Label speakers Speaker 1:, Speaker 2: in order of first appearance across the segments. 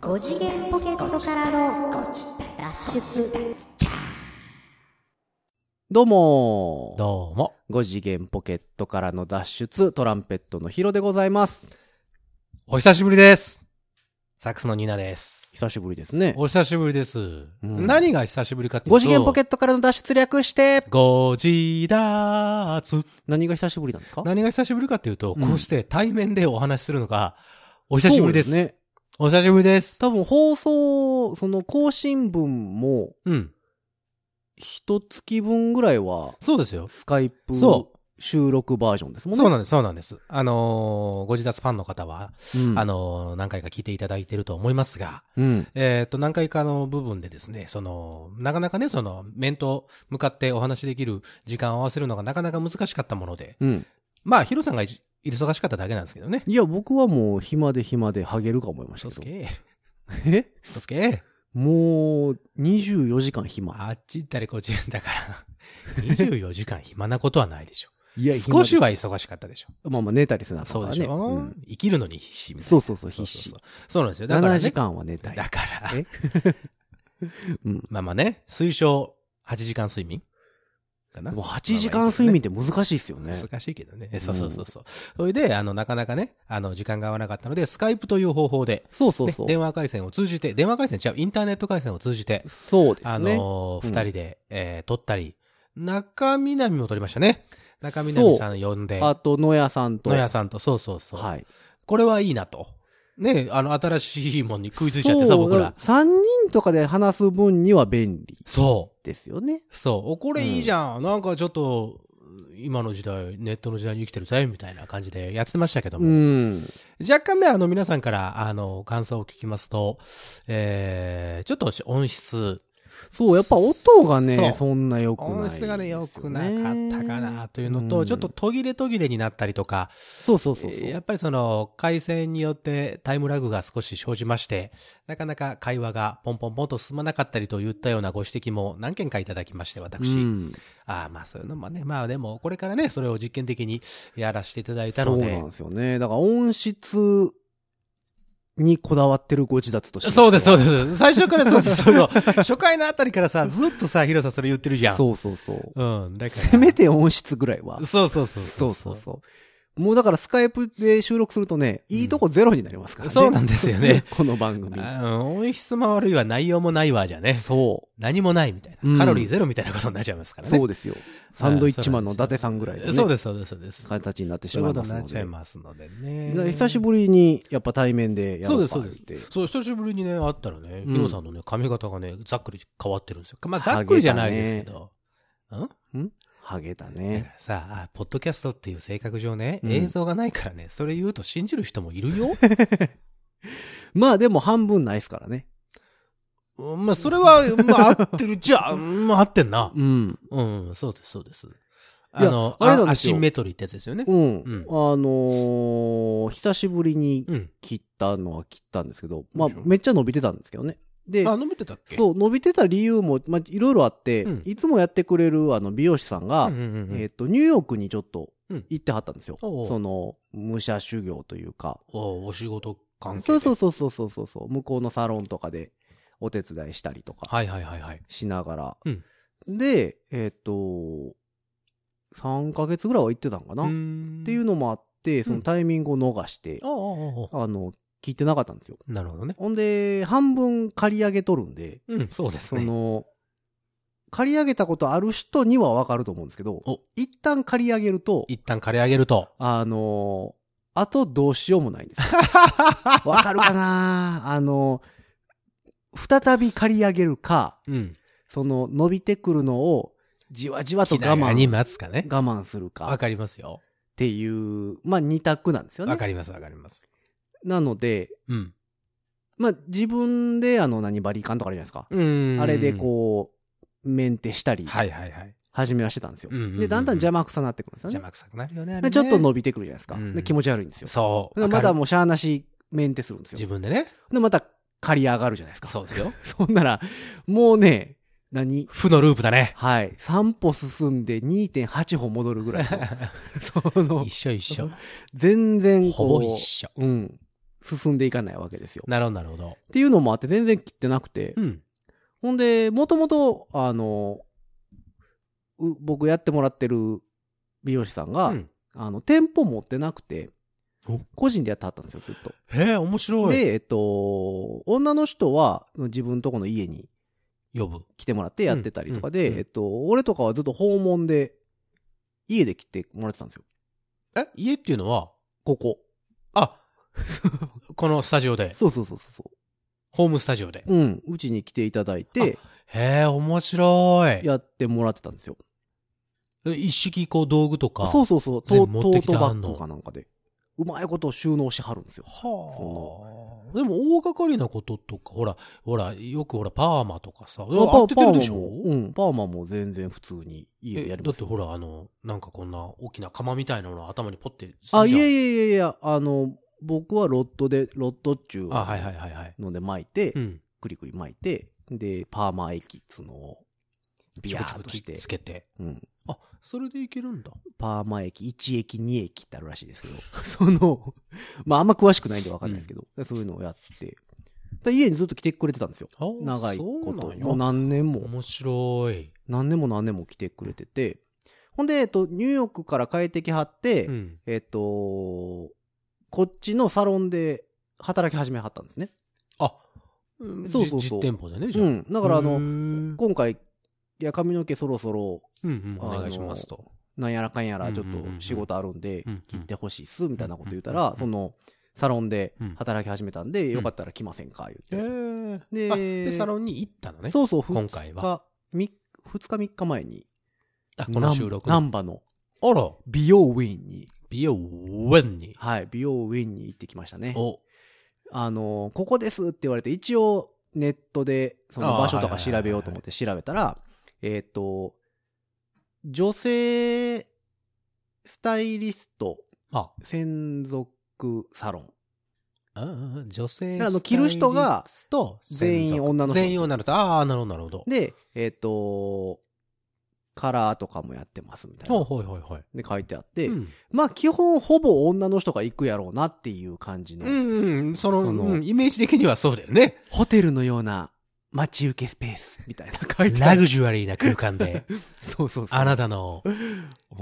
Speaker 1: 5次元ポケットからの脱出
Speaker 2: どうもー
Speaker 3: どうも。
Speaker 2: 5次元ポケットからの脱出、トランペットのヒロでございます。
Speaker 3: お久しぶりです。サックスのニーナです。
Speaker 2: 久しぶりですね。
Speaker 3: お久しぶりです。
Speaker 2: ん
Speaker 3: 何が久しぶりかっていうと。
Speaker 2: 5次元ポケットからの脱出略して、
Speaker 3: ゴジダーツ。
Speaker 2: 何が久しぶりなんですか
Speaker 3: 何が久しぶりかっていうと、
Speaker 2: うん
Speaker 3: こうして対面でお話しするのが、お久しぶりです。
Speaker 2: そうね。
Speaker 3: お久しぶりです。
Speaker 2: 多分放送、その更新分も、
Speaker 3: うん。
Speaker 2: 一月分ぐらいは、
Speaker 3: そうですよ。
Speaker 2: スカイプ
Speaker 3: そ
Speaker 2: 収録バージョンですもんね。
Speaker 3: そうなんです、そうなんです。あのー、ゴジダーツファンの方は、
Speaker 2: うん
Speaker 3: あ、のー、何回か聞いていただいてると思いますが、
Speaker 2: うん。
Speaker 3: えっ、と、何回かの部分でですね、その、なかなかね、その、面と向かってお話しできる時間を合わせるのがなかなか難しかったもので、
Speaker 2: うん。
Speaker 3: まあ、ヒロさんがいじ忙しかっただけなんですけどね。
Speaker 2: いや、僕はもう暇で暇でハゲるか思いました
Speaker 3: 嘘つ
Speaker 2: けど。
Speaker 3: け。
Speaker 2: え
Speaker 3: 嘘つけ。
Speaker 2: もう、24時間暇。
Speaker 3: あっち行ったりこっち行ったりだから、24時間暇なことはないでしょ。
Speaker 2: いや
Speaker 3: 少しは
Speaker 2: 暇です
Speaker 3: 忙しかったでしょ。
Speaker 2: まあまあ寝たりせなあかん
Speaker 3: そう
Speaker 2: から
Speaker 3: で
Speaker 2: ね
Speaker 3: しょ、
Speaker 2: うん
Speaker 3: 生きるのに必死みたいな。
Speaker 2: そうそうそう、必
Speaker 3: そう
Speaker 2: 死
Speaker 3: そう。そうなんですよ。だか
Speaker 2: 7
Speaker 3: ら、ね、
Speaker 2: 時間は寝たい
Speaker 3: だ。から
Speaker 2: え、 うん
Speaker 3: まあまあね、推奨8時間睡眠かな。
Speaker 2: もう8時間睡眠って難しいですよね。
Speaker 3: 難しいけどね。えそうそうそうそう。それで、あの、なかなかね、あの、時間が合わなかったので、スカイプという方法で、
Speaker 2: そうそう
Speaker 3: ね
Speaker 2: そう。
Speaker 3: 電話回線を通じて、電話回線違う、インターネット回線を通じて、
Speaker 2: そうで
Speaker 3: あ
Speaker 2: すね。
Speaker 3: の
Speaker 2: う
Speaker 3: ー、二
Speaker 2: ん、
Speaker 3: 人で、えー撮ったり、中南も撮りましたね。中南さん呼んで、
Speaker 2: あと、野屋さんと。
Speaker 3: 野谷さんと、そうそうそう。
Speaker 2: はい。
Speaker 3: これはいいなと。ね、あの、新しいもんに食いついちゃってさ、僕ら。
Speaker 2: 3人とかで話す分には便利
Speaker 3: そう。
Speaker 2: ですよね。
Speaker 3: そう。お、これいいじゃん。なんかちょっと、今の時代、ネットの時代に生きてるぜ、みたいな感じでやってましたけども。
Speaker 2: うん。
Speaker 3: 若干ね、あの、皆さんから、あの、感想を聞きますと、えー、ちょっと音質、
Speaker 2: そう、やっぱ音が
Speaker 3: そ
Speaker 2: ね、
Speaker 3: う
Speaker 2: そんな良くない、
Speaker 3: 音質がね、良くなかったかな。というの
Speaker 2: う
Speaker 3: と、
Speaker 2: ん
Speaker 3: ちょっと途切れ途切れになったりとか、
Speaker 2: そうそうそうそう。
Speaker 3: えーやっぱりその、回線によってタイムラグが少し生じまして、なかなか会話がポンポンポンと進まなかったりといったようなご指摘も何件かいただきまして、私。
Speaker 2: うん
Speaker 3: ああ、まあそういうのもね、まあでも、これからね、それを実験的にやらせていただいた
Speaker 2: そ
Speaker 3: の
Speaker 2: う
Speaker 3: で
Speaker 2: な、んですよね。だから音質にこだわってるご自立としては。
Speaker 3: そうです、そうです。最初からそうです。その、初回のあたりからさ、ずっとさ、ヒロさんそれ言ってるじゃん。
Speaker 2: そうそうそう。
Speaker 3: う。うん。だから。
Speaker 2: せめて音質ぐらいは。
Speaker 3: そうそうそう。
Speaker 2: そうそうそう。もうだからスカイプで収録するとね、いいとこゼロになりますからね。
Speaker 3: そうなんですよね。
Speaker 2: この番組。
Speaker 3: あうん音質も悪いわ、内容もないわ、じゃね。
Speaker 2: そ
Speaker 3: 何もないみたい
Speaker 2: うん
Speaker 3: な。カロリーゼロみたいなことになっちゃいますか
Speaker 2: う。
Speaker 3: らね。
Speaker 2: そうですよ。サンドイッチマンの伊達さんぐらいのね
Speaker 3: そうです、そうです、そうです。
Speaker 2: 形になってし
Speaker 3: そういう
Speaker 2: まい
Speaker 3: こと
Speaker 2: ま
Speaker 3: に
Speaker 2: すの
Speaker 3: なっちゃい
Speaker 2: で。
Speaker 3: ますので
Speaker 2: だ
Speaker 3: ね
Speaker 2: から。久し
Speaker 3: り。
Speaker 2: ぶりに、やっぱ対面でやろ
Speaker 3: そう
Speaker 2: う
Speaker 3: で
Speaker 2: か
Speaker 3: す、
Speaker 2: っ
Speaker 3: そうで
Speaker 2: て。
Speaker 3: す。そう、久しぶりにね、会ったらね、
Speaker 2: うん
Speaker 3: ヒロさんのね、髪型がね、ざっくり変わってるんですよ。まあ、ざっくりじゃないですけど。うん
Speaker 2: ハゲた
Speaker 3: だか
Speaker 2: ね。
Speaker 3: らさあ、ポッドキャストっていう性格上ね、
Speaker 2: うん
Speaker 3: 映像がないからね、それ言うと信じる人もいるよ。
Speaker 2: まあでも半分ないですからね。
Speaker 3: うんまあ、それは、まあ、合ってる。じゃあ、うんまあ、合ってんな。
Speaker 2: うん。
Speaker 3: うん、そうです、そうです。
Speaker 2: い
Speaker 3: あ
Speaker 2: や
Speaker 3: の、
Speaker 2: あれなん
Speaker 3: ア
Speaker 2: です
Speaker 3: シ
Speaker 2: よ
Speaker 3: ンメトリーってやつですよね
Speaker 2: う。ん。
Speaker 3: うん
Speaker 2: あのー久しぶりに
Speaker 3: うん。
Speaker 2: 切ったのは切ったんですけど、まあ
Speaker 3: でしょ
Speaker 2: めっちゃ伸びてたんですけどね。で、
Speaker 3: あ、伸びてたっけう。
Speaker 2: そう、伸びてた理由も、まあ、いろいろあって、
Speaker 3: うん
Speaker 2: いつもやってくれるあの美容師さんが、
Speaker 3: うんうんうん
Speaker 2: えっ、と、ニューヨークにちょっと
Speaker 3: うん
Speaker 2: 行ってはったんですよ。
Speaker 3: おうおう
Speaker 2: その、武者修行というか。
Speaker 3: おお仕事関
Speaker 2: そ
Speaker 3: 係。。
Speaker 2: うそううそうそうそうそうそう。向こうのサロンとかでお手伝いしたりとか
Speaker 3: はいはいはいはい。
Speaker 2: しながら。
Speaker 3: うん
Speaker 2: で、えっ、と、3ヶ月ぐらいは行ってたんかな、
Speaker 3: う
Speaker 2: っ
Speaker 3: ん
Speaker 2: ていう
Speaker 3: の。
Speaker 2: のもあって、そのタイミングを逃して
Speaker 3: あ、ああああ
Speaker 2: あの、聞いてなかったんですよ。
Speaker 3: あ、なるほどね。
Speaker 2: ほんで、半分借り上げとるんで、
Speaker 3: うん、そうです
Speaker 2: そ
Speaker 3: ね。
Speaker 2: の、借り上げたことある人にはわかると思うんですけど
Speaker 3: お、
Speaker 2: 一旦借り上げると、
Speaker 3: 一旦借り上げると。
Speaker 2: あのー、あとどうしようもないんですよ わかるかなあのー、再び借り上げるか、
Speaker 3: うん。
Speaker 2: その伸びてくるのをじわじわと
Speaker 3: 気
Speaker 2: 我
Speaker 3: 長に
Speaker 2: 慢、
Speaker 3: 待つかね。
Speaker 2: 我慢するか
Speaker 3: わ
Speaker 2: っ
Speaker 3: かりますよ。
Speaker 2: ていう、まあ二択なんですよ
Speaker 3: わ
Speaker 2: ね。
Speaker 3: かります、わかります。
Speaker 2: なので、
Speaker 3: うん。
Speaker 2: まあ自分であの何バリカンとかあるじゃないですか。
Speaker 3: うん
Speaker 2: あれでこう、メンテしたり、
Speaker 3: はいはいはい。
Speaker 2: 始めはしてたんですよ。
Speaker 3: うんうんうんうん
Speaker 2: で、だんだん邪魔くさなってくるんですよね。
Speaker 3: 邪魔くさくなるよね、あれね
Speaker 2: でちょっと伸びてくるじゃないですか。
Speaker 3: うん
Speaker 2: で気持ち悪いんですよ。
Speaker 3: そう。
Speaker 2: でまだ
Speaker 3: わかる
Speaker 2: もうしゃあなしメンテするんです
Speaker 3: 自
Speaker 2: よ。
Speaker 3: 分でね。
Speaker 2: で、また借り上がるじゃないですか。
Speaker 3: そうですよ。
Speaker 2: そんなら、もうね、何
Speaker 3: 負のループ だね。
Speaker 2: はい。3歩進んで2.8歩戻るぐらい の。その
Speaker 3: 一、緒一緒。
Speaker 2: 全然
Speaker 3: ほぼ
Speaker 2: こ
Speaker 3: 一
Speaker 2: う、
Speaker 3: 緒。
Speaker 2: うん。進んでいかないわけですよ。
Speaker 3: なるほど、なるほど。
Speaker 2: っていうのもあって全然切ってなくて。
Speaker 3: うん。
Speaker 2: ほんで、もともと、あの、う僕やってもらってる美容師さんが、
Speaker 3: うん
Speaker 2: あの、店舗持ってなくて
Speaker 3: お、
Speaker 2: 個人でやってはったんですよ、ずっと。
Speaker 3: へえ、面白い。
Speaker 2: で、えっと、女の人は自分とこの家に
Speaker 3: 呼ぶ。
Speaker 2: 来てもらってやってたりとかで、
Speaker 3: うんうん
Speaker 2: えっと、俺とかはずっと訪問で、家で来てもらってたんですよ。
Speaker 3: え家っていうのは、
Speaker 2: ここ。
Speaker 3: あ、このスタジオで、
Speaker 2: そうそうそうそ
Speaker 3: ホームスタジオで。
Speaker 2: う。うん。うちに来ていただいて、
Speaker 3: へえ、面白
Speaker 2: やってもらってたんですよ。
Speaker 3: い。一式こう道具とか。
Speaker 2: そうそうそう。ト
Speaker 3: 全
Speaker 2: ー
Speaker 3: 部
Speaker 2: ト
Speaker 3: 持って
Speaker 2: ー
Speaker 3: きて
Speaker 2: ト
Speaker 3: は
Speaker 2: バ
Speaker 3: ん
Speaker 2: ッ
Speaker 3: の
Speaker 2: グかなんかで。うまいことを収納しはるんですよ。
Speaker 3: はあ。でも大掛かりなこととか、ほら、ほら、よくほら、パーマとかさ、
Speaker 2: まあ
Speaker 3: 合っててるでし
Speaker 2: パーマ
Speaker 3: ょ
Speaker 2: も、うん、パーマも全然普通に家
Speaker 3: え
Speaker 2: でやり
Speaker 3: だ
Speaker 2: ま
Speaker 3: っ
Speaker 2: す
Speaker 3: て
Speaker 2: よ。
Speaker 3: ほら、あの、なんかこんな大きな釜みたいなのを頭にポッてするじゃん。
Speaker 2: あ、いやいやいやいや、あの、僕はロットで、ロットっちゅう
Speaker 3: あ、はいはいはいはい。
Speaker 2: ので巻いて、
Speaker 3: うん。
Speaker 2: くりくり巻いて、で、パーマ液っつうのを、ビヤーっとして、
Speaker 3: つけて。
Speaker 2: うん、
Speaker 3: あ、それでいけるんだ。
Speaker 2: パーマ液、1液、2液ってあるらしいですけど、 その、まああんま詳しくないんでわかんないですけど、そういうのをやって、で家にずっと来てくれてたんですよ。
Speaker 3: あ
Speaker 2: 長いこと。
Speaker 3: そうなんや
Speaker 2: もう何年も。
Speaker 3: 面白い。
Speaker 2: 何年も何年も来てくれてて、ほんで、えっと、ニューヨークから帰ってきはって、
Speaker 3: うん。
Speaker 2: えっと、こっちのサロンで働き始めはったんですね。
Speaker 3: あ、うん
Speaker 2: そうそうそう
Speaker 3: じ実店舗でね、じゃ
Speaker 2: う
Speaker 3: あ。
Speaker 2: ん。だから、あ
Speaker 3: うー
Speaker 2: の、
Speaker 3: ん
Speaker 2: 今回、いや、髪の毛そろそろ、
Speaker 3: うんうん、
Speaker 2: あの
Speaker 3: お願いしますと。
Speaker 2: なんやらかんや
Speaker 3: う
Speaker 2: ら、
Speaker 3: ん
Speaker 2: ち
Speaker 3: う
Speaker 2: ょ
Speaker 3: ん
Speaker 2: っ
Speaker 3: うんうん
Speaker 2: と仕事あるんで
Speaker 3: うんうん、
Speaker 2: 切ってほしいっす、みたいなこと言った
Speaker 3: うんうん
Speaker 2: ら
Speaker 3: う、ん
Speaker 2: その、サロンで
Speaker 3: うん
Speaker 2: 働き始めたんで、よかったら来ませんか、
Speaker 3: え
Speaker 2: 言うて。
Speaker 3: ー
Speaker 2: で
Speaker 3: あで、サロンに行ったのね。
Speaker 2: そうそう、
Speaker 3: 今回は
Speaker 2: 2日、3日3日前に、
Speaker 3: あ、この収録の。
Speaker 2: 難波の
Speaker 3: あら、
Speaker 2: 美容ウィーンに、
Speaker 3: 美容園に。
Speaker 2: はい、美容ウィーンに行ってきましたね。
Speaker 3: お、
Speaker 2: あの、ここですって言われて、一応ネットでその場所とか
Speaker 3: あーはいはい
Speaker 2: 調
Speaker 3: はいはい
Speaker 2: べようと思って調べたら、えっ、と、女性スタイリスト
Speaker 3: あ、
Speaker 2: 専属サロン。
Speaker 3: うんうん女性
Speaker 2: だからあの着る人が
Speaker 3: スタイリスト
Speaker 2: 全員
Speaker 3: 専属
Speaker 2: 女の人
Speaker 3: 全員女の人。ああ、なるほど、なるほど。
Speaker 2: で、えっ、と、カラーとかもやってますみたい
Speaker 3: お
Speaker 2: な。
Speaker 3: はいはいはい。
Speaker 2: で書いてあって、
Speaker 3: うん
Speaker 2: まあ基本ほぼ女の人が行くやろうなっていう感じの、
Speaker 3: うんうん、その
Speaker 2: その
Speaker 3: うんイメージ的にはそうだよね。
Speaker 2: ホテルのような待ち受けスペースみたいな書いてあ
Speaker 3: ラ
Speaker 2: る。
Speaker 3: グジュアリーな空間で、
Speaker 2: そうそうそう。
Speaker 3: あなたの、
Speaker 2: う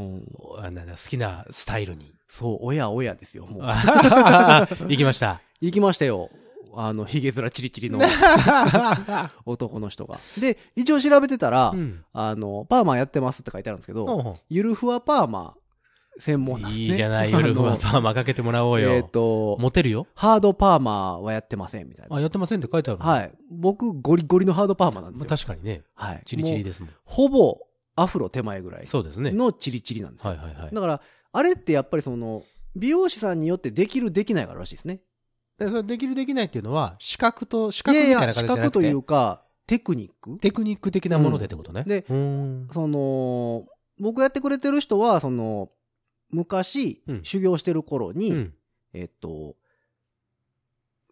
Speaker 2: ん
Speaker 3: あなたの好きなスタイ ルに。
Speaker 2: そう、おやおやですよ、 もう。
Speaker 3: 行きました。
Speaker 2: 行きましたよ。あの、ヒゲ面チリチリの 男の人が。で、一応調べてたら、
Speaker 3: うん
Speaker 2: あの、パーマやってますって書いてあるんですけど、
Speaker 3: おう
Speaker 2: ゆるふわパーマ専門なんですね。
Speaker 3: いいじゃない、ゆるふわパーマかけてもらお
Speaker 2: あ
Speaker 3: う
Speaker 2: の
Speaker 3: よ。
Speaker 2: えっ、と、
Speaker 3: モテるよ。
Speaker 2: ハードパーマはやってませんみたいな。
Speaker 3: あ、やってませんって書いてあるの
Speaker 2: はい。僕、ゴリゴリのハードパーマなんです
Speaker 3: まあ
Speaker 2: よ。
Speaker 3: 確かにね、
Speaker 2: はい。
Speaker 3: チリチリ
Speaker 2: もう
Speaker 3: ですもん。
Speaker 2: ほぼ、アフロ手前ぐらい
Speaker 3: そうですね。
Speaker 2: のチリチリなんですよ。
Speaker 3: はいはいはい。
Speaker 2: だから、あれってやっぱりその、美容師さんによってできるできないがあるらしいですね。
Speaker 3: でそれできるできないっていうのは、資格と、資
Speaker 2: い
Speaker 3: 格
Speaker 2: や
Speaker 3: みた
Speaker 2: い
Speaker 3: いな
Speaker 2: や、
Speaker 3: 形じ
Speaker 2: 資
Speaker 3: ゃなくて
Speaker 2: 格というか、テクニック
Speaker 3: テクニック的なものでってことね。
Speaker 2: うんで
Speaker 3: うーん
Speaker 2: その、僕やってくれてる人は、その、昔、
Speaker 3: うん
Speaker 2: 修行してる頃に、
Speaker 3: うん。
Speaker 2: えっと、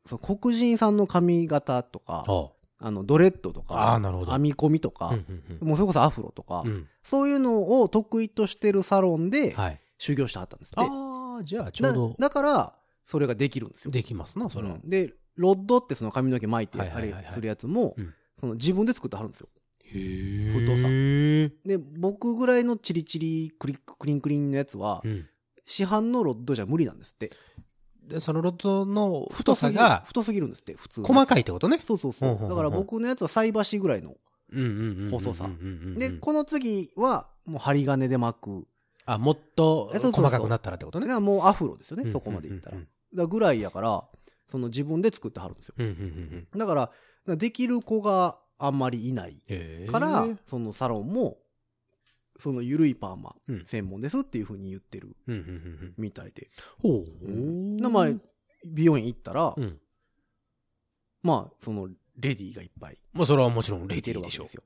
Speaker 2: その黒人さんの髪型とか、あ
Speaker 3: あ
Speaker 2: の、ドレッドと
Speaker 3: ああ、
Speaker 2: か、
Speaker 3: なるほど。
Speaker 2: 編み込みとか、
Speaker 3: うんうんうん
Speaker 2: もうそれこそアフロとか、
Speaker 3: うん
Speaker 2: そういうのを得意としてるサロンで
Speaker 3: はい。
Speaker 2: 修行してはったんですって。
Speaker 3: ああ、じゃあちょうど
Speaker 2: だだから、それができるんですよ。
Speaker 3: できますな、それは
Speaker 2: うん。で、ロッドってその髪の毛巻いて
Speaker 3: はいは
Speaker 2: あ
Speaker 3: いはい
Speaker 2: れ
Speaker 3: はい
Speaker 2: するやつも、
Speaker 3: うん
Speaker 2: その自分で作ってはるんですよ。
Speaker 3: 太
Speaker 2: さ
Speaker 3: へ
Speaker 2: で、僕ぐらいのチリチリクリッククリンクリンのやつは、
Speaker 3: うん
Speaker 2: 市販のロッドじゃ無理なんですって。
Speaker 3: で、そのロッドの太さが
Speaker 2: 太すぎるんですって、普通。
Speaker 3: 細か
Speaker 2: い。
Speaker 3: いってことね。
Speaker 2: そうそうそ
Speaker 3: ほうほう
Speaker 2: う。
Speaker 3: ほ
Speaker 2: だから
Speaker 3: う
Speaker 2: 僕のやつは菜箸ぐらいの。
Speaker 3: うんうんうん。
Speaker 2: 細さ
Speaker 3: うんうんうんうん
Speaker 2: で、この次はもう針金で巻く。
Speaker 3: あ、もっと
Speaker 2: えそうそうそう
Speaker 3: 細かくなったらってこと
Speaker 2: だか
Speaker 3: ね。
Speaker 2: らもうアフロですよ
Speaker 3: うん
Speaker 2: ね、そこまでいったら。
Speaker 3: う
Speaker 2: だ
Speaker 3: ん
Speaker 2: からぐらいやから、その自分で作ってはるんですよ。
Speaker 3: うんうんうん
Speaker 2: だから、できる子があんまりいない
Speaker 3: うん。
Speaker 2: から
Speaker 3: へー、
Speaker 2: そのサロンも、そのゆるいパーマ
Speaker 3: うん
Speaker 2: 専門ですっていうふうに言ってる
Speaker 3: うんうんうん
Speaker 2: みたいで。
Speaker 3: うん。ほ
Speaker 2: うん
Speaker 3: う。
Speaker 2: でまあ美容院行ったら
Speaker 3: う、ん。
Speaker 2: まあ、その、レディーがいっぱい
Speaker 3: まあ、それはもちろんレ
Speaker 2: い
Speaker 3: イテ
Speaker 2: てる
Speaker 3: ィ
Speaker 2: わ
Speaker 3: ーで
Speaker 2: け
Speaker 3: しょ
Speaker 2: で
Speaker 3: う
Speaker 2: す。よ。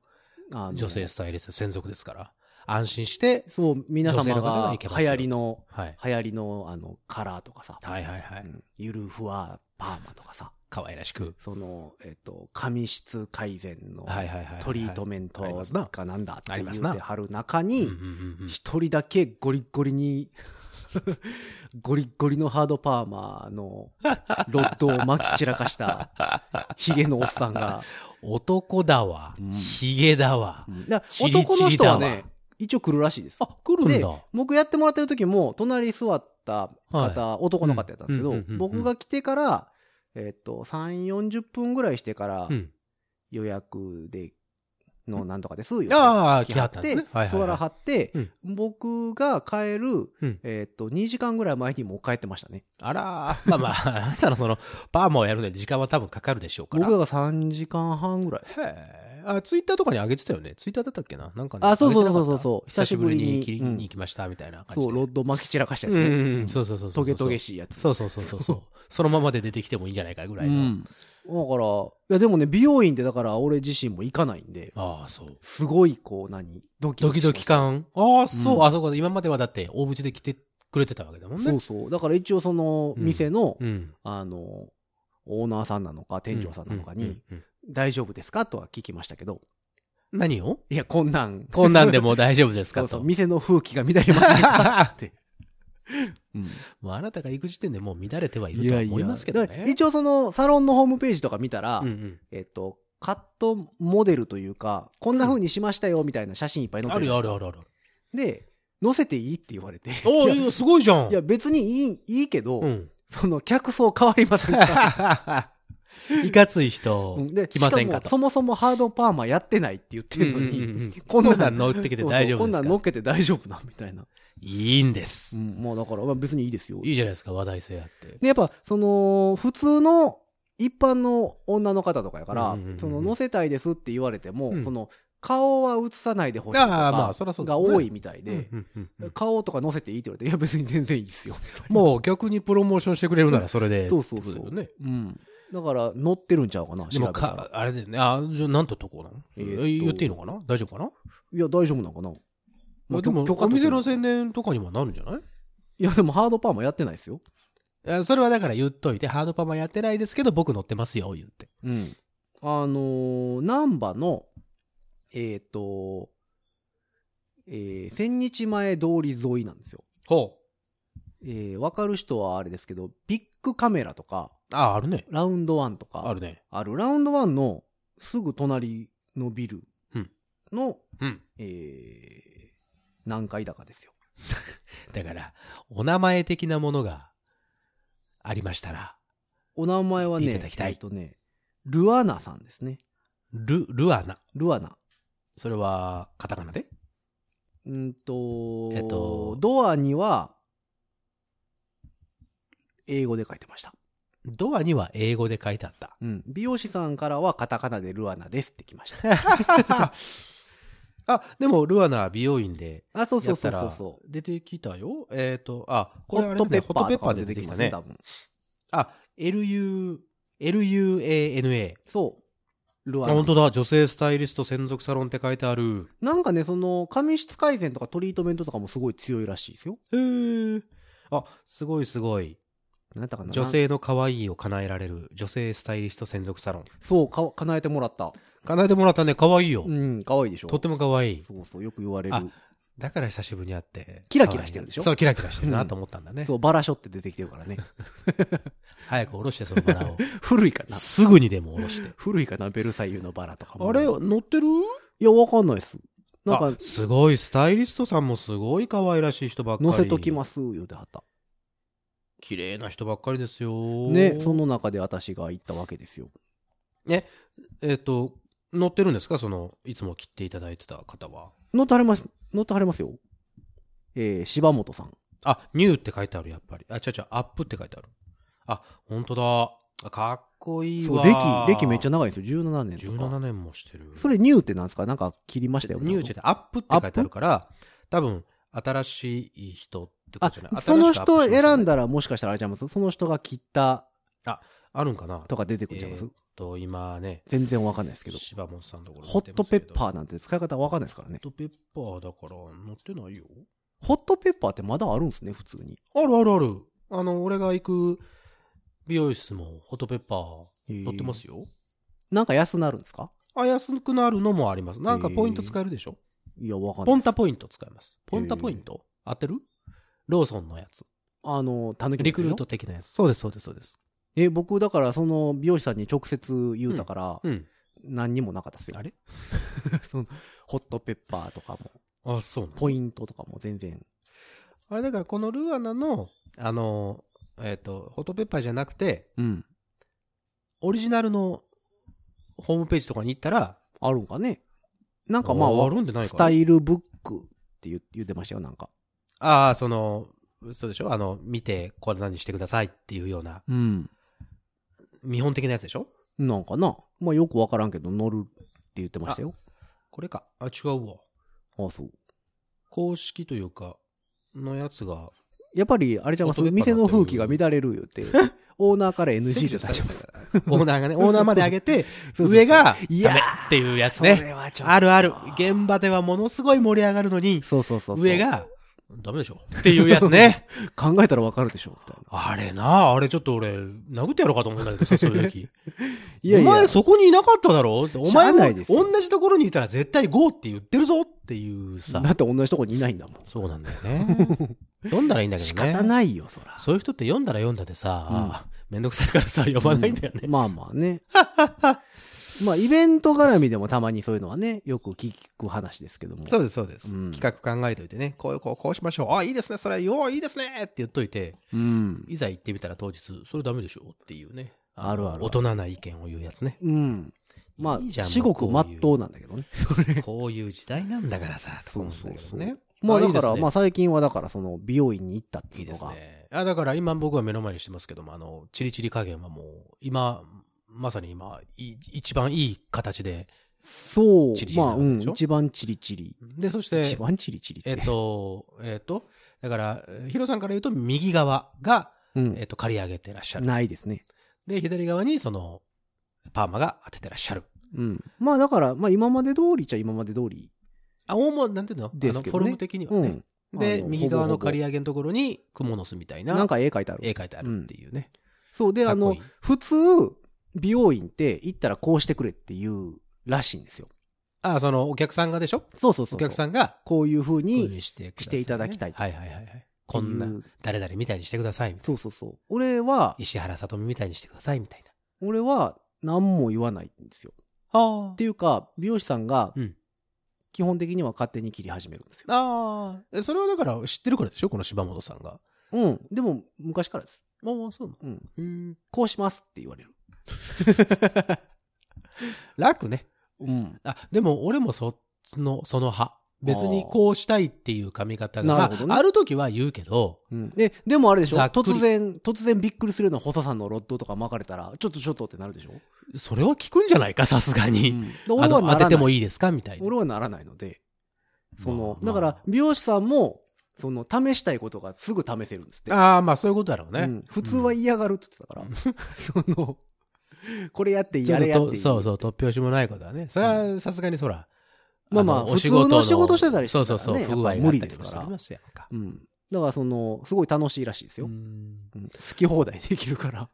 Speaker 2: あの
Speaker 3: 女性スタイリスト専属ですから。安心して、
Speaker 2: そう、皆
Speaker 3: 女性
Speaker 2: 様
Speaker 3: の方が
Speaker 2: が
Speaker 3: いけます
Speaker 2: 流
Speaker 3: よ
Speaker 2: 行りの、
Speaker 3: はい。
Speaker 2: 流行りの、あの、カラーとかさ、
Speaker 3: はいはいは
Speaker 2: う
Speaker 3: い。
Speaker 2: んゆるふわパーマとかさ、
Speaker 3: 可愛らしく。
Speaker 2: その、えっ、と、髪質改善の
Speaker 3: はいはいはい。
Speaker 2: トリートメント
Speaker 3: ありますな
Speaker 2: かなんだって
Speaker 3: あり
Speaker 2: 言
Speaker 3: ま
Speaker 2: っ
Speaker 3: すな
Speaker 2: てはる中に
Speaker 3: うん、うんうんうん
Speaker 2: 一人だけゴリッゴリに ゴリッゴリのハードパーマのロッドをまき散らかしたヒゲのおっさん が、
Speaker 3: 男だわ
Speaker 2: うん。
Speaker 3: ヒゲだわ
Speaker 2: う。んだから
Speaker 3: チリチリ
Speaker 2: 男の人は
Speaker 3: だわ
Speaker 2: ね一応来るらしいです
Speaker 3: あ、来るん
Speaker 2: で
Speaker 3: だ。は
Speaker 2: 僕やってもらってる時も隣に座った方、男の方やったんですけど、
Speaker 3: うんうんうんうん
Speaker 2: 僕が来てからえっと3 4 0分ぐらいしてから
Speaker 3: うん。
Speaker 2: 予約でのなんとかです、よ
Speaker 3: ああ、
Speaker 2: 来
Speaker 3: 来は
Speaker 2: はっ
Speaker 3: ったんで
Speaker 2: て、
Speaker 3: すね。はいはい
Speaker 2: 座ら
Speaker 3: は
Speaker 2: はって、
Speaker 3: うん
Speaker 2: 僕が帰る、
Speaker 3: い。うん
Speaker 2: えっと2時間ぐらい前にもう帰ってましたね
Speaker 3: あらー、まあまあ、 あなたのその、パーマをやるのに時間は多分かかるでしょうから。
Speaker 2: 僕らが3時間半ぐらい
Speaker 3: へーあ、ツイッターとかに上げてたよね。ツイッターだったっけななんかね。
Speaker 2: あそうそう
Speaker 3: 上げてなかった
Speaker 2: そうそうそう久しぶりに
Speaker 3: 久切り
Speaker 2: うん
Speaker 3: に行きました、みたいな感じで。
Speaker 2: そうロッド巻き散らかしたやつ
Speaker 3: う
Speaker 2: ね、
Speaker 3: んうんうんそうそうそうそ
Speaker 2: ト
Speaker 3: う。
Speaker 2: ゲトゲしいやつ
Speaker 3: そうそうそうそう そう。そのままで出てきてもいいんじゃないかぐらいうの。
Speaker 2: ん、だからいやでもね美容院ってだから俺自身も行かないんで
Speaker 3: ああ、そう。
Speaker 2: すごいこう何ドキ
Speaker 3: ド
Speaker 2: ドキ
Speaker 3: キ
Speaker 2: しま
Speaker 3: ド
Speaker 2: す
Speaker 3: キ感。ああ、そうう。
Speaker 2: ん
Speaker 3: あそうか。今まではだって、大口で来てくれてたわけだもんね。
Speaker 2: そうそうだから一応その
Speaker 3: うん
Speaker 2: 店の、
Speaker 3: うん。
Speaker 2: あのオーナーさんなのか店長さんなのかに、
Speaker 3: うん。うん
Speaker 2: 大丈夫ですか?」とは聞きましたけど
Speaker 3: 何を
Speaker 2: いやこんなん
Speaker 3: こんなんでも大丈夫です
Speaker 2: そ
Speaker 3: か
Speaker 2: うそう
Speaker 3: と。
Speaker 2: 店の風紀が乱れますからって、うん
Speaker 3: もうあなたが行く時点でもう乱れてはいるとは思いますけど
Speaker 2: だから
Speaker 3: ね。
Speaker 2: 一応そのサロンのホームページとか見たら、
Speaker 3: うんうん
Speaker 2: えっとカットモデルというかこんな風にしましたよみたいな写真いっぱい載っ
Speaker 3: あ
Speaker 2: て
Speaker 3: る
Speaker 2: る
Speaker 3: よあるあるある。
Speaker 2: で載せていいって言われて
Speaker 3: お
Speaker 2: い
Speaker 3: ー
Speaker 2: や
Speaker 3: いやすごいじゃん。
Speaker 2: いや別にいいいいけど、
Speaker 3: うん。
Speaker 2: その客層変わりません から
Speaker 3: いかついう人
Speaker 2: んで
Speaker 3: 来ませんか
Speaker 2: しも
Speaker 3: と。
Speaker 2: そもそもハードパーマやってないって言ってるのに、
Speaker 3: うんうんうんうん
Speaker 2: こん
Speaker 3: こ
Speaker 2: なん
Speaker 3: んなん乗ってきて大
Speaker 2: そうそう
Speaker 3: 丈
Speaker 2: こ
Speaker 3: 夫
Speaker 2: ん
Speaker 3: で
Speaker 2: な
Speaker 3: す
Speaker 2: ん乗
Speaker 3: か
Speaker 2: っけて大丈夫なみたいな、
Speaker 3: いいんです
Speaker 2: う。ん、もうだからまあ別にいいですよ
Speaker 3: いいじゃないですか、話題性あって。
Speaker 2: でやっぱその普通の一般の女の方とかやから、
Speaker 3: うんうんうんうん
Speaker 2: その乗せたいですって言われても、
Speaker 3: うん
Speaker 2: その顔は映さないでほしいと
Speaker 3: ああまあ
Speaker 2: か
Speaker 3: そらそうだ
Speaker 2: が
Speaker 3: ね
Speaker 2: 多いみたいで、
Speaker 3: うんうんうんうん
Speaker 2: 顔とか乗せていいって言われて「いや別に全然いいですよ」
Speaker 3: もう逆にプロモーションしてくれるならそれで。
Speaker 2: そうそうそう
Speaker 3: だよね。
Speaker 2: うん、だから乗ってるんちゃうかな
Speaker 3: で
Speaker 2: 調べ
Speaker 3: も
Speaker 2: た、
Speaker 3: からあれだよね。あ、じゃあなんととこなの
Speaker 2: えーっと
Speaker 3: え言っていいのかな大丈夫かな、
Speaker 2: いや大丈夫なんかな、
Speaker 3: まあ、でも
Speaker 2: 許、可
Speaker 3: お
Speaker 2: として
Speaker 3: 店の宣伝とかにもなるんじゃない
Speaker 2: いやでもハードパーマやってないですよ、
Speaker 3: いやそれはだから言っといて、ハードパンはやってないですけど、僕乗ってますよ、言って。
Speaker 2: うん、あのー難波のえっ、とえー千日前通り沿いなんですよ
Speaker 3: ほう。
Speaker 2: えー、わかる人はあれですけど、ビッグカメラとか、
Speaker 3: あ、あるね。
Speaker 2: ラウンドワンとか、
Speaker 3: あるね。
Speaker 2: あるラウンドワンのすぐ隣のビル
Speaker 3: うん
Speaker 2: の、
Speaker 3: うん。
Speaker 2: えー何階高ですよ。
Speaker 3: だから、お名前的なものがありましたら、
Speaker 2: お名前は
Speaker 3: 言っ
Speaker 2: ね
Speaker 3: ていただき、たい
Speaker 2: っとね、ルアナさんですね。
Speaker 3: ル、ルアナ。
Speaker 2: ルアナ。
Speaker 3: それは、カタカナで
Speaker 2: うんと、
Speaker 3: えっと
Speaker 2: ドアには、英語で書いてました。
Speaker 3: ドアには英語で書いてあった。
Speaker 2: うん。美容師さんからはカタカナでルアナですってきました。
Speaker 3: あ、でも、ルアナは美容院で、
Speaker 2: あ、そうそ
Speaker 3: や
Speaker 2: う
Speaker 3: った
Speaker 2: そうそう
Speaker 3: ら
Speaker 2: そう。
Speaker 3: 出てきたよ。えっ、と、あ、こ
Speaker 2: ホ
Speaker 3: れ
Speaker 2: ッ
Speaker 3: あれ
Speaker 2: ト
Speaker 3: だ
Speaker 2: ペ
Speaker 3: ね、
Speaker 2: ッパーとかも
Speaker 3: ホット
Speaker 2: 出て
Speaker 3: ペッパーで出て
Speaker 2: き
Speaker 3: き
Speaker 2: ま
Speaker 3: た
Speaker 2: すね、
Speaker 3: ね
Speaker 2: 多。分。
Speaker 3: あ、LU、LUANA。
Speaker 2: そう。ル
Speaker 3: あ、
Speaker 2: アナ
Speaker 3: 本。当だ。女性スタイリスト専属サロンって書いてある。
Speaker 2: なんかね、その、髪質改善とかトリートメントとかもすごい強いらしいですよ。
Speaker 3: へーあ、すごいすごい。
Speaker 2: なんやったかな
Speaker 3: 女。性の可愛いを叶えられる女性スタイリスト専属サロン。
Speaker 2: そう、か、叶えてもらった。
Speaker 3: 叶えてもらったね。可愛いよ。
Speaker 2: うん、可愛いでしょ。
Speaker 3: とっても可愛い。
Speaker 2: そうそう、よく言われる
Speaker 3: あ。だから久しぶりに会って。
Speaker 2: キラキラしてるでしょ
Speaker 3: そう、キラキラして
Speaker 2: う
Speaker 3: るなんと思ったんだね。
Speaker 2: そう、バラショって出てきてるから ね。
Speaker 3: 早く下ろして、そのバ ラを。
Speaker 2: 古いかな。
Speaker 3: すぐにでも下ろして。
Speaker 2: 古いかな、ベルサイユのバラとかも。
Speaker 3: あれ、
Speaker 2: い
Speaker 3: 乗ってる
Speaker 2: や、わかんないっす。なん
Speaker 3: あ
Speaker 2: か、、
Speaker 3: すごい。スタイリストさんもすごい可愛らしい人ばっかり。。
Speaker 2: 乗せときますす、言うてはった。
Speaker 3: 綺麗な人ばっかりですよ。
Speaker 2: ね、そ。の中で私が行ったわけですよ。
Speaker 3: えっと、乗ってるんですかその、いつも切っていただいてた方は。
Speaker 2: 乗ってはれます、乗ってはれますよ。えー、柴本さん。
Speaker 3: あ、ニューって書いてある、やっぱり。あ、違う違う、アップって書いてある。あ、本当だ。あかっこいい
Speaker 2: そう、
Speaker 3: わ。
Speaker 2: 歴、歴めっちゃ
Speaker 3: な
Speaker 2: 長いんですよ。17年とか。
Speaker 3: 17年もしてる。
Speaker 2: それニューってなんですかなんか切りましたよ。
Speaker 3: ニューってアップって書いてあるから、多分、新しい人ってこ
Speaker 2: あ
Speaker 3: とじゃない。、
Speaker 2: その
Speaker 3: 新しくアップし
Speaker 2: 人
Speaker 3: ました
Speaker 2: 選ん
Speaker 3: ね。
Speaker 2: だらもしかしたらあれちゃいますその人が切った
Speaker 3: あるんかな
Speaker 2: とか出てくるんちゃいます、
Speaker 3: えーっと、今ね、
Speaker 2: 全然わかんないですけど。
Speaker 3: 柴本さんのところ
Speaker 2: ホットペッパ
Speaker 3: ー。
Speaker 2: ーなんて使い方わかんないですから
Speaker 3: ホ
Speaker 2: ね
Speaker 3: ッ。トペッパーだから、乗ってないよ。
Speaker 2: ホットペッパーってまだあるんですね、普通に。
Speaker 3: あるあるある。あの、俺が行く、美容室もホットペッパー乗
Speaker 2: 乗
Speaker 3: ってますよ。
Speaker 2: なんか安なるんですか
Speaker 3: あ、安くなるのもあります。なんかポイント使えるでしょ、
Speaker 2: いや、わかんな
Speaker 3: ポ
Speaker 2: い
Speaker 3: ン
Speaker 2: です。
Speaker 3: タポイント使えます。ポンタポイント、合ってるローソンのやつ。
Speaker 2: あの、たぬきの
Speaker 3: リクルート的なやつ。そうです、そうです、そうです。
Speaker 2: え、僕、だから、その、美容師さんに直接言うたから、
Speaker 3: うん。
Speaker 2: 何にもなかったっすよ。
Speaker 3: あれ
Speaker 2: そのホットペッパーとかも、
Speaker 3: あ、そうなの
Speaker 2: ポイントとかも全然。
Speaker 3: あれだからこのルアナの、あの、えっ、と、ホットペッパーじゃなくて、
Speaker 2: うん。
Speaker 3: オリジナルのホームページとかに行ったら、
Speaker 2: あるんかね。な
Speaker 3: なん
Speaker 2: かまあ、
Speaker 3: るんでないか
Speaker 2: スタイルブックって言言ってましたよ、なんか。
Speaker 3: ああ、その、そうでしょあの、見て、これ何してくださいっていうような、
Speaker 2: うん。
Speaker 3: 見本的なやつでしょ
Speaker 2: なんかな。まあ、よくわからんけど、乗るって言ってましたよ。
Speaker 3: これか。あ、違うわ。
Speaker 2: ああ、そう。
Speaker 3: 公式というか、のやつが。
Speaker 2: やっぱり、あれじゃいます
Speaker 3: ホットペッパ
Speaker 2: 店
Speaker 3: ーだ
Speaker 2: の
Speaker 3: って
Speaker 2: 風紀が乱れる言っ て、オーナーから NG で出しま
Speaker 3: オ
Speaker 2: す。
Speaker 3: ーナーがね、オーナーまで上げ
Speaker 2: そ
Speaker 3: て、
Speaker 2: うそうそう
Speaker 3: 上が、
Speaker 2: いや
Speaker 3: ダメっていうやつ
Speaker 2: そ
Speaker 3: ね。
Speaker 2: れはちょっと
Speaker 3: あるある。現場ではものすごい盛り上がるのに、
Speaker 2: そうそうそうそう。
Speaker 3: 上が、ダ メでしょっていうやつね。
Speaker 2: 考えたらわかるでしょ、みたいな。
Speaker 3: あれな、あれちょっと俺、殴ってやろうかと思うんだけどさ、そういう時。
Speaker 2: いやいや
Speaker 3: お前そこにいなかっただろお前
Speaker 2: しゃあな
Speaker 3: も
Speaker 2: いですよ
Speaker 3: 同じところにいたら絶対 GO って言ってるぞっていうさ。
Speaker 2: だって同じとこにいないんだもん。
Speaker 3: そうなんだよね。 読んだらいいんだけどね。
Speaker 2: 仕方ないよ、そら。
Speaker 3: そういう人って読んだら読んだでさ、めんどくさいからさ、読まないんだよね。
Speaker 2: うんまあまあね。まあ、イベント絡みでもたまにそういうのはね、よく聞く話ですけども。
Speaker 3: そうです、そうです。
Speaker 2: うん
Speaker 3: 企画考えといてね、こういう、こう、こうしましょう。あ、いいですね、それ、よう、いいですねって言っといて、
Speaker 2: うん。
Speaker 3: いざ行ってみたら当日、それダメでしょっていうね。
Speaker 2: あるある。
Speaker 3: 大人な意見を言うやつ ね
Speaker 2: うん。ま
Speaker 3: いいじ
Speaker 2: あ、
Speaker 3: ゃん
Speaker 2: 至極まっとうなんだけどね。
Speaker 3: こういう時代なんだからさ、と思んだけどね。
Speaker 2: まあ、だ
Speaker 3: いいで
Speaker 2: か
Speaker 3: す
Speaker 2: ら、
Speaker 3: ね
Speaker 2: まあ、最近はだから、その、美容院に行ったってい
Speaker 3: いいうで
Speaker 2: の
Speaker 3: す
Speaker 2: が。
Speaker 3: ね。あだから今僕は目の前にしてますけども、あの、チリチリ加減はもう、今、まさに今、い一番いい形で。
Speaker 2: そう
Speaker 3: チリ。チリ
Speaker 2: ま
Speaker 3: な
Speaker 2: あ、
Speaker 3: わ
Speaker 2: う
Speaker 3: け
Speaker 2: ん
Speaker 3: でしょ。
Speaker 2: 一番チリチリ。
Speaker 3: で、そして、
Speaker 2: 一番チリチリって。
Speaker 3: えっと、えっと、だから、えーヒロさんから言うと右側が、
Speaker 2: うん
Speaker 3: えっと、刈り上げてらっしゃる。
Speaker 2: ないですね。
Speaker 3: で、左側にその、パーマが当ててらっしゃる。
Speaker 2: うん。まあ、だから、まあ、今まで通りっちゃ今まで通り。
Speaker 3: あ、おも、なんていうの、
Speaker 2: で
Speaker 3: あの
Speaker 2: すけ
Speaker 3: フォ
Speaker 2: どね
Speaker 3: ルム的には
Speaker 2: う
Speaker 3: ね
Speaker 2: ん。。あ
Speaker 3: で、
Speaker 2: の
Speaker 3: 右側の刈り
Speaker 2: ほ
Speaker 3: 上げのところに、クモの巣みたい
Speaker 2: ぼほぼ
Speaker 3: な、
Speaker 2: なんか絵描いてある。
Speaker 3: 絵描いてあるっていうね。
Speaker 2: そう。で、
Speaker 3: か
Speaker 2: あ
Speaker 3: っこ
Speaker 2: の
Speaker 3: いい、
Speaker 2: 普通、美容院って行ったらこうしてくれっていうらしいんですよ。
Speaker 3: あ、その、お客さんがでしょ
Speaker 2: そうそうそうそう。
Speaker 3: お客さんが、
Speaker 2: こういう風
Speaker 3: こういうふう
Speaker 2: に、
Speaker 3: にしてくださ
Speaker 2: していただきたい
Speaker 3: はいはいはいはい。こんな
Speaker 2: っていう、
Speaker 3: 誰々みたいにしてくださいみたい
Speaker 2: そうそうそう。俺は
Speaker 3: な。、石原さとみみたいにしてくださいみたいな。
Speaker 2: 俺は何も言わないんですよ。
Speaker 3: あ
Speaker 2: っていうか、美容師さんが
Speaker 3: うん、
Speaker 2: 基本的には勝手に切り始めるんですよ。
Speaker 3: ああ。それはだから知ってるからでしょこの柴本さんが。
Speaker 2: うん。でも、昔からです。
Speaker 3: まあまあそうな
Speaker 2: うん。
Speaker 3: の。うん。
Speaker 2: こうしますって言われる。
Speaker 3: 楽ね。
Speaker 2: うん。
Speaker 3: あ、でも俺もそ、その、その派。別にこうしたいっていう髪型が、
Speaker 2: あーな
Speaker 3: ま
Speaker 2: るほどね
Speaker 3: あ、ある時は言うけど、
Speaker 2: うん、で、でもあれでしょ
Speaker 3: ざっくり
Speaker 2: 突然、突然びっくりするような細さんのロッドとか巻かれたら、ちょっとちょっとってなるでし ょ、
Speaker 3: それは聞くんじゃな いかさすが
Speaker 2: う
Speaker 3: に。
Speaker 2: ん、で俺は
Speaker 3: あ
Speaker 2: な
Speaker 3: の、当
Speaker 2: らな
Speaker 3: て
Speaker 2: い
Speaker 3: てもいいですかみたいな。
Speaker 2: 俺はならないので、その、
Speaker 3: ま
Speaker 2: だ
Speaker 3: あ
Speaker 2: から、美容師さんも、その、試したいことがすぐ試せるんですって。
Speaker 3: ああ、まあそういうことだろう
Speaker 2: う
Speaker 3: ね
Speaker 2: ん。普通は嫌がるって言ってたから、その、これやって
Speaker 3: ちょ
Speaker 2: や
Speaker 3: っと
Speaker 2: れやっ
Speaker 3: と
Speaker 2: て。
Speaker 3: そうそう、突拍子もないことはね。それはさすがにそら。
Speaker 2: まあまあ普通の仕事してたりしたらね
Speaker 3: そうそうそう、
Speaker 2: やっぱ
Speaker 3: 不具合
Speaker 2: 無理ですから
Speaker 3: ありますやんか。
Speaker 2: う。ん。だから、その、すごい楽しいらしいですよ。
Speaker 3: うん
Speaker 2: うん好き放題できるから。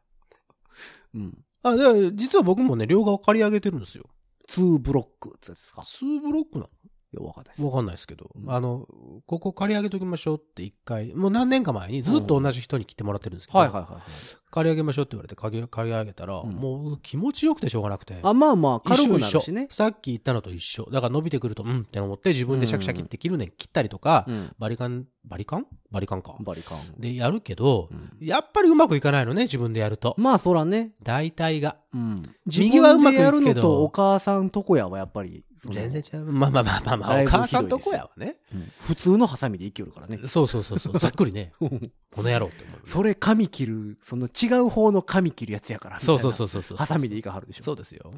Speaker 2: うん。
Speaker 3: あ、で、実は僕もね、両側刈り上げてるんですよ。
Speaker 2: ツーブロックってやつですか
Speaker 3: ツーブロックない
Speaker 2: や、わかんないです。
Speaker 3: のわかんないですけど、
Speaker 2: うん
Speaker 3: あの、ここ刈り上げときましょうって一回、もう何年か前にずっと同じ人に来てもらってるんですけど、
Speaker 2: はいはいはい。
Speaker 3: 刈り上げましょうって言われて刈り刈り上げたら、
Speaker 2: うん
Speaker 3: もう気持ちよくてしょうがなくて。
Speaker 2: あ、まあまあ、軽くな
Speaker 3: 一緒
Speaker 2: る
Speaker 3: 一
Speaker 2: し
Speaker 3: 緒、
Speaker 2: ね。
Speaker 3: さっき言ったのと一緒。だから伸びてくると、うんって思って自分でシャキシャキって切るねん切ったりとか、
Speaker 2: うん。
Speaker 3: バリカン、バリカンバリカンか。
Speaker 2: バリカン。
Speaker 3: で、やるけど
Speaker 2: う、ん
Speaker 3: やっぱりうまくいかないのね、自分でやると。
Speaker 2: まあ、そらね。
Speaker 3: 大体が。
Speaker 2: うん。
Speaker 3: 右はうまくいくけ
Speaker 2: 自
Speaker 3: ど
Speaker 2: 分でやるのと、お母さんとこやはやっぱり、その
Speaker 3: 全然違う。まあまあまあまあまあ、
Speaker 2: だ
Speaker 3: お
Speaker 2: いぶひどいで
Speaker 3: 母
Speaker 2: すよ
Speaker 3: さんとこやわね。
Speaker 2: うん普通のハサミで生きよるからね。
Speaker 3: そうそうそ うそう。ざっくりね。この野郎って思うよね。
Speaker 2: それ、髪切る、その違う方の髪切るやつやから。
Speaker 3: そうそう
Speaker 2: う。
Speaker 3: そうそうそう。
Speaker 2: ハサミでいいかはるでしょ。
Speaker 3: そうですよ。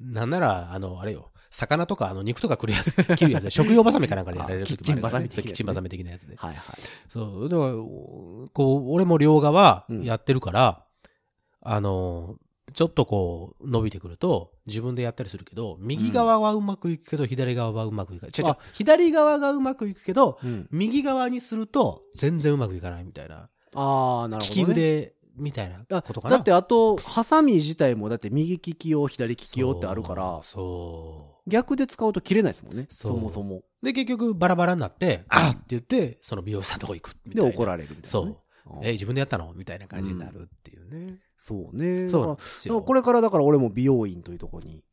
Speaker 3: なんなら、あの、あれよ。魚とか、あの、肉とかくるやつ、切るやつで、食用バサミかなんかでやられる
Speaker 2: あキッ
Speaker 3: 時もあるからね
Speaker 2: チンバサミ的なやつね
Speaker 3: そうキッチンバサミ的
Speaker 2: はい
Speaker 3: なやつで。
Speaker 2: はい。
Speaker 3: そう。だから、おこう、俺も両側
Speaker 2: うん
Speaker 3: やってるから、あの、ちょっとこう、伸びてくると、自分でやったりするけど、右側はうまくいくけど、左側はうまくいかない。違う違う
Speaker 2: あ
Speaker 3: 左側がうまくいくけど、
Speaker 2: うん。
Speaker 3: 右側にすると、全然うまくいかないみたいな。
Speaker 2: ああ、なるほど、ね。
Speaker 3: 利き腕みたいな
Speaker 2: あ
Speaker 3: ことかな
Speaker 2: だってあとハサミ自体もだって右利き用左利き用ってあるから
Speaker 3: そうそ
Speaker 2: 逆で使うと切れないですもんね
Speaker 3: そう
Speaker 2: そもそも
Speaker 3: うで結局バラバラになって「あっ!」って言ってその美容師さんのとこ行くみた
Speaker 2: で
Speaker 3: いな
Speaker 2: 怒られるみたいな、ね、
Speaker 3: そう「え
Speaker 2: え
Speaker 3: 自分でやったの?」みたいな感じになるっていうね、
Speaker 2: そうね
Speaker 3: そう
Speaker 2: だ
Speaker 3: なん
Speaker 2: か
Speaker 3: です
Speaker 2: らだから
Speaker 3: よ
Speaker 2: これからだから俺も美容院というところに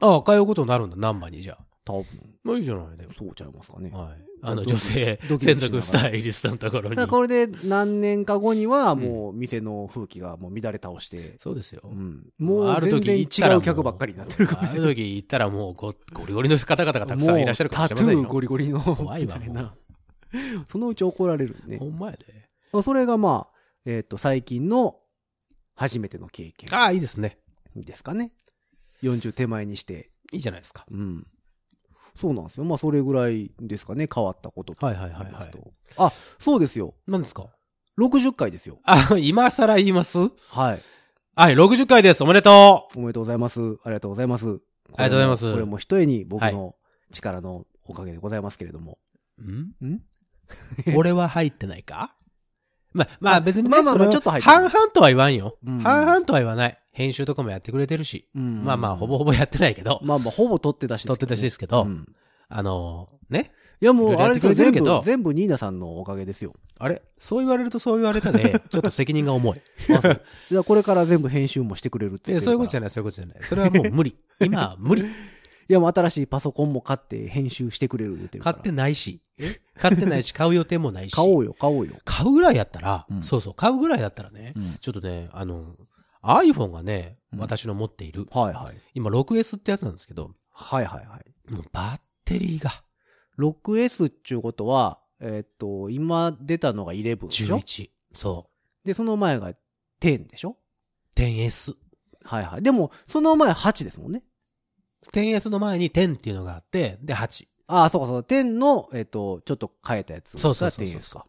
Speaker 3: ああ通うことになるんだ難波にじゃあ
Speaker 2: 多分
Speaker 3: まあいいじゃないだよ
Speaker 2: そうちゃいますかね
Speaker 3: はいあの
Speaker 2: ドキ
Speaker 3: 女性
Speaker 2: ドキドキしながら
Speaker 3: 専属スタイリストのところ
Speaker 2: だ
Speaker 3: に
Speaker 2: からこれで何年か後にはもう店の風紀がもう乱れ倒して、
Speaker 3: そうですよ、
Speaker 2: うん
Speaker 3: ま
Speaker 2: も
Speaker 3: あ
Speaker 2: う
Speaker 3: る
Speaker 2: 全
Speaker 3: 時
Speaker 2: 然違
Speaker 3: 行ったらも
Speaker 2: う客ばっかりになってるかもしれない
Speaker 3: ある時行ったらもうごゴリゴリの方々がたくさんいらっしゃるかもしれま
Speaker 2: も
Speaker 3: せ
Speaker 2: うんタトゥーゴ
Speaker 3: よ。
Speaker 2: リゴリの
Speaker 3: 怖いわ
Speaker 2: みたいなそのうち怒られるんで
Speaker 3: ほんまやで。
Speaker 2: それがまあ、えっ、と、最近の初めての経験
Speaker 3: ああ、いいですね。
Speaker 2: ですかね。40手前にして。
Speaker 3: いいじゃないですか。
Speaker 2: うん。そうなんですよ。まあ、それぐらいですかね。変わったことと
Speaker 3: は
Speaker 2: 言
Speaker 3: い
Speaker 2: い
Speaker 3: はい
Speaker 2: ま
Speaker 3: はいはい
Speaker 2: すと。あ、そうですよ。
Speaker 3: 何ですか
Speaker 2: 60回ですよ。
Speaker 3: あ、今更言います
Speaker 2: はい。
Speaker 3: はい、60回です。おめでと
Speaker 2: おめでとうございます。ありがとうございます。あり
Speaker 3: がとうございます
Speaker 2: これもひとえに僕
Speaker 3: はい
Speaker 2: の力のおかげでございますけれども。
Speaker 3: うん
Speaker 2: ん
Speaker 3: 俺は入ってないかまあ、まあ
Speaker 2: あ
Speaker 3: 別にね、
Speaker 2: まあまあまあ
Speaker 3: それは
Speaker 2: ちょっと入ってる
Speaker 3: 半々とは言わんよ。
Speaker 2: うん
Speaker 3: 半々とは言わない。編集とかもやってくれてるし。
Speaker 2: うん
Speaker 3: まあまあ、ほぼ。ほぼやってないけど。
Speaker 2: まあまあ、ほぼ取って出しですけどね
Speaker 3: 撮ってたしですけど、
Speaker 2: うん
Speaker 3: あのーね。
Speaker 2: いやもう、あれですよ、
Speaker 3: いろいろやってくれてる
Speaker 2: 全
Speaker 3: けど
Speaker 2: 部、全部ニーナさんのおかげですよ。
Speaker 3: あれそう言われるとそう言われたで、 ちょっと責任が重い。
Speaker 2: まずいやこれから全部編集もしてくれるって言
Speaker 3: え
Speaker 2: って
Speaker 3: そういうことじゃ
Speaker 2: ない。
Speaker 3: ない、そういうことじゃない。それはもう無理。今は無理。
Speaker 2: いや、もう新しいパソコンも買って編集してくれる言ってるか
Speaker 3: 買
Speaker 2: ら。
Speaker 3: ってないし。買ってないし、買う予定もないし。
Speaker 2: 買おうよ、買おうよ。
Speaker 3: 買うぐらいやったら、
Speaker 2: うん
Speaker 3: そうそう、買うぐらいやったらね、ちょっとね、あの、iPhone がね、
Speaker 2: うん
Speaker 3: 私の持っている、
Speaker 2: はいはい。
Speaker 3: 今 6S ってやつなんですけど、
Speaker 2: はいはいはい。
Speaker 3: もうバッテリーが
Speaker 2: 6S っちゅうことは、えーっと、今出たのが11でしょ
Speaker 3: 11。そ
Speaker 2: で、その前が10でしょ
Speaker 3: う。10S。
Speaker 2: はいはい。でも、その前8ですもんね。
Speaker 3: 10S の前に10っていうのがあって、で、8。
Speaker 2: ああ、そうかそうか。10の、えーっと、ちょっと変えたやつが10ですか。
Speaker 3: そうそうそうそうそう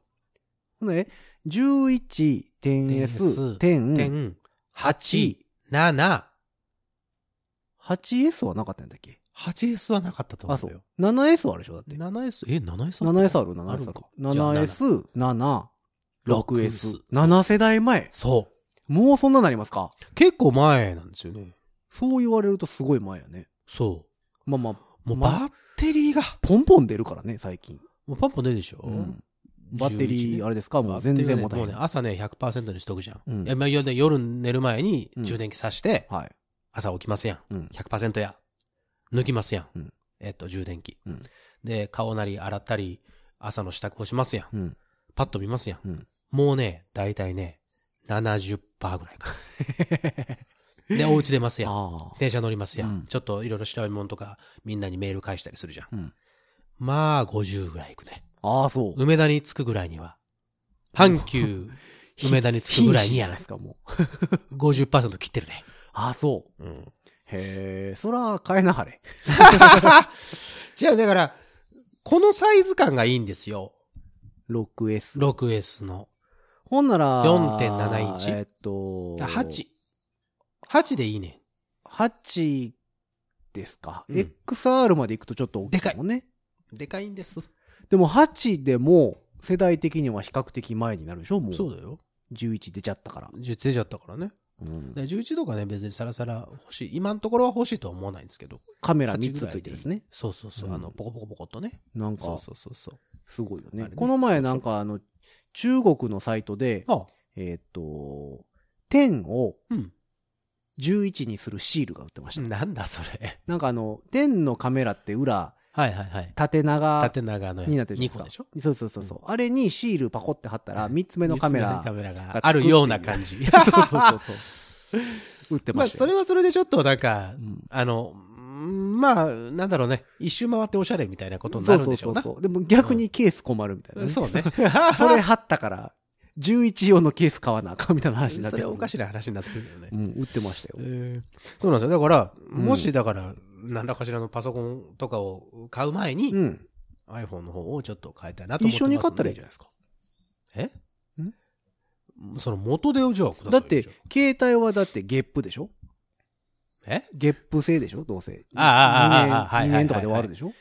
Speaker 2: ほんで。11、10S、10、
Speaker 3: 10、8
Speaker 2: 8、、
Speaker 3: 7、
Speaker 2: 8S はなかったんだっけ
Speaker 3: 8S はなかったと思
Speaker 2: あ、
Speaker 3: うん
Speaker 2: そ
Speaker 3: だよ
Speaker 2: う。。7S はあるでしょだって。
Speaker 3: 7S、え、7S あった
Speaker 2: 7S ある、7S あ
Speaker 3: ある
Speaker 2: る
Speaker 3: のか。
Speaker 2: 7S、7、6S
Speaker 3: 6S。
Speaker 2: 7世代前。
Speaker 3: そ
Speaker 2: もうそんななりますか
Speaker 3: う。結構前なんですよね。
Speaker 2: そう言われるとすごい前やね。
Speaker 3: そ
Speaker 2: まあまあ、
Speaker 3: う。もう
Speaker 2: ま
Speaker 3: バッテリーが、
Speaker 2: ポンポン出るからね、最近。
Speaker 3: もうパンポン出るでしょ、
Speaker 2: うんバッテリー、あ
Speaker 3: れ
Speaker 2: れですかもう全然持たへ
Speaker 3: も
Speaker 2: ん。
Speaker 3: うね、朝ね、100%にしとくじゃん。
Speaker 2: うん
Speaker 3: いやまあ夜ね夜寝る前に
Speaker 2: うん
Speaker 3: 充電器挿して、
Speaker 2: はい。
Speaker 3: 朝起きますや。
Speaker 2: うんん
Speaker 3: 100%や。抜きますやん。
Speaker 2: うん
Speaker 3: えっと、充電器、
Speaker 2: うん
Speaker 3: で、顔なり洗ったり、朝の支度をしますやん。
Speaker 2: うん。
Speaker 3: パッと見ますやん。
Speaker 2: うん
Speaker 3: もうね、だいたいね、70%ぐら いか。で、お家出ますやん。
Speaker 2: ああ。
Speaker 3: 電車乗りますやん。
Speaker 2: うん
Speaker 3: ちょっといろいろ調べ物とか、みんなにメール返したりするじゃん。
Speaker 2: うん
Speaker 3: まあ、50ぐらいいくね。
Speaker 2: ああ、そう。
Speaker 3: 梅田に着くぐらいには。阪急、梅田に着くぐらいにや
Speaker 2: 瀕死じゃな
Speaker 3: ない
Speaker 2: で。すか、もう。
Speaker 3: 50%切ってるね。
Speaker 2: ああ、そう。
Speaker 3: うん。
Speaker 2: へえ、そら、変えなはれ。
Speaker 3: じゃあ、だから、このサイズ感がいいんですよ。
Speaker 2: 6S。
Speaker 3: 6S の。
Speaker 2: ほんなら、
Speaker 3: 4.7インチ
Speaker 2: えっと、
Speaker 3: 8。8でいいね。
Speaker 2: 8ですか、
Speaker 3: うん
Speaker 2: XR まで行くとちょっと大きいかもんね。
Speaker 3: でかいんです。
Speaker 2: でも8でも世代的には比較的前になるでしょも
Speaker 3: そう
Speaker 2: う
Speaker 3: だよ。
Speaker 2: 11出ちゃったから。
Speaker 3: 10出ちゃったからね。
Speaker 2: うん
Speaker 3: で11とかね、別にさらさら欲しい。今のところは欲しいとは思わないんですけど。
Speaker 2: カメラ
Speaker 3: 8
Speaker 2: 3
Speaker 3: ぐ
Speaker 2: つ
Speaker 3: ら
Speaker 2: つ
Speaker 3: で
Speaker 2: いてるんですね。
Speaker 3: そうそうそう。
Speaker 2: うん
Speaker 3: あの、ポコポコポコっとね。
Speaker 2: なん
Speaker 3: そう
Speaker 2: か、
Speaker 3: そうそうそう。
Speaker 2: すごいよ
Speaker 3: あ
Speaker 2: ね
Speaker 3: れ。ね
Speaker 2: この前なんかあの、中国のサイトで、
Speaker 3: あ、
Speaker 2: えーっと、10を
Speaker 3: うん。
Speaker 2: 11にするシールが売ってました。
Speaker 3: なんだそれ。
Speaker 2: なんかあの、10のカメラって裏、
Speaker 3: はいはいはい。
Speaker 2: 縦長
Speaker 3: 縦長のやつ。
Speaker 2: になってるじゃ
Speaker 3: 2
Speaker 2: ないで
Speaker 3: 個ですし
Speaker 2: か
Speaker 3: ょ。
Speaker 2: そうそうそうそう。あれにシールパコって貼ったら、3つ目のカメラ
Speaker 3: カメラが
Speaker 2: が
Speaker 3: あるような感じ。
Speaker 2: そうそうそうそう。打って
Speaker 3: ま
Speaker 2: ま
Speaker 3: あ、
Speaker 2: した
Speaker 3: そ
Speaker 2: よ。
Speaker 3: れはそれでちょっとなんか
Speaker 2: う、ん
Speaker 3: あの、うんまあ、なんだろうね。一周回っておしゃれみたいなことになるんでしょうな。
Speaker 2: そうそうそうそうでも逆にケース困るみたいなね、
Speaker 3: そうね。
Speaker 2: それ貼ったから、11用のケース買わなあかんみたいな話になっ
Speaker 3: そ
Speaker 2: て
Speaker 3: れはおか
Speaker 2: し
Speaker 3: しな話になってくるよね
Speaker 2: う。ん、打ってましたよ。
Speaker 3: えーそうなんですよ。だから、
Speaker 2: うん
Speaker 3: もしだから、何らかしらのパソコンとかを買う前に、
Speaker 2: うん。
Speaker 3: iPhone の方をちょっと変えたいなと思っ
Speaker 2: 一
Speaker 3: て
Speaker 2: 緒に買ったらいいじゃない
Speaker 3: ゃ
Speaker 2: ですか。
Speaker 3: ないえ
Speaker 2: ん
Speaker 3: その元手をじゃあくださいよ
Speaker 2: だって
Speaker 3: じゃ、
Speaker 2: 携帯はだってゲップでしょ
Speaker 3: あえ
Speaker 2: ゲップ製でしょどうせ。
Speaker 3: ああああああはいはいはい
Speaker 2: 2年とかで終わるでしょ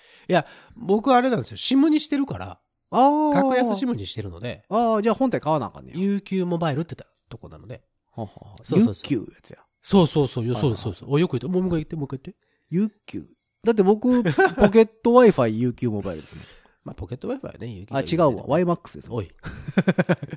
Speaker 3: 僕はあれなんですよ。SIM にしてるから、
Speaker 2: ああ。
Speaker 3: 格安 SIM にしてるので、
Speaker 2: ああ、じゃあ本体買わなあかんねや。
Speaker 3: UQ モバイルって言ったらとこなので。
Speaker 2: ははは
Speaker 3: そうそうそう
Speaker 2: 琉球やつや。
Speaker 3: そうそうそう、よ
Speaker 2: はい
Speaker 3: そうです、そうです。お、よく言って、もう一回言って、もう一回言って。
Speaker 2: 有給だって僕、ポケット Wi-Fi 有給モバイルですね。
Speaker 3: まあ、ポケット Wi-Fi はね、有給
Speaker 2: あ、
Speaker 3: だけ
Speaker 2: 違
Speaker 3: ど
Speaker 2: うわ。YMAX です。
Speaker 3: おい、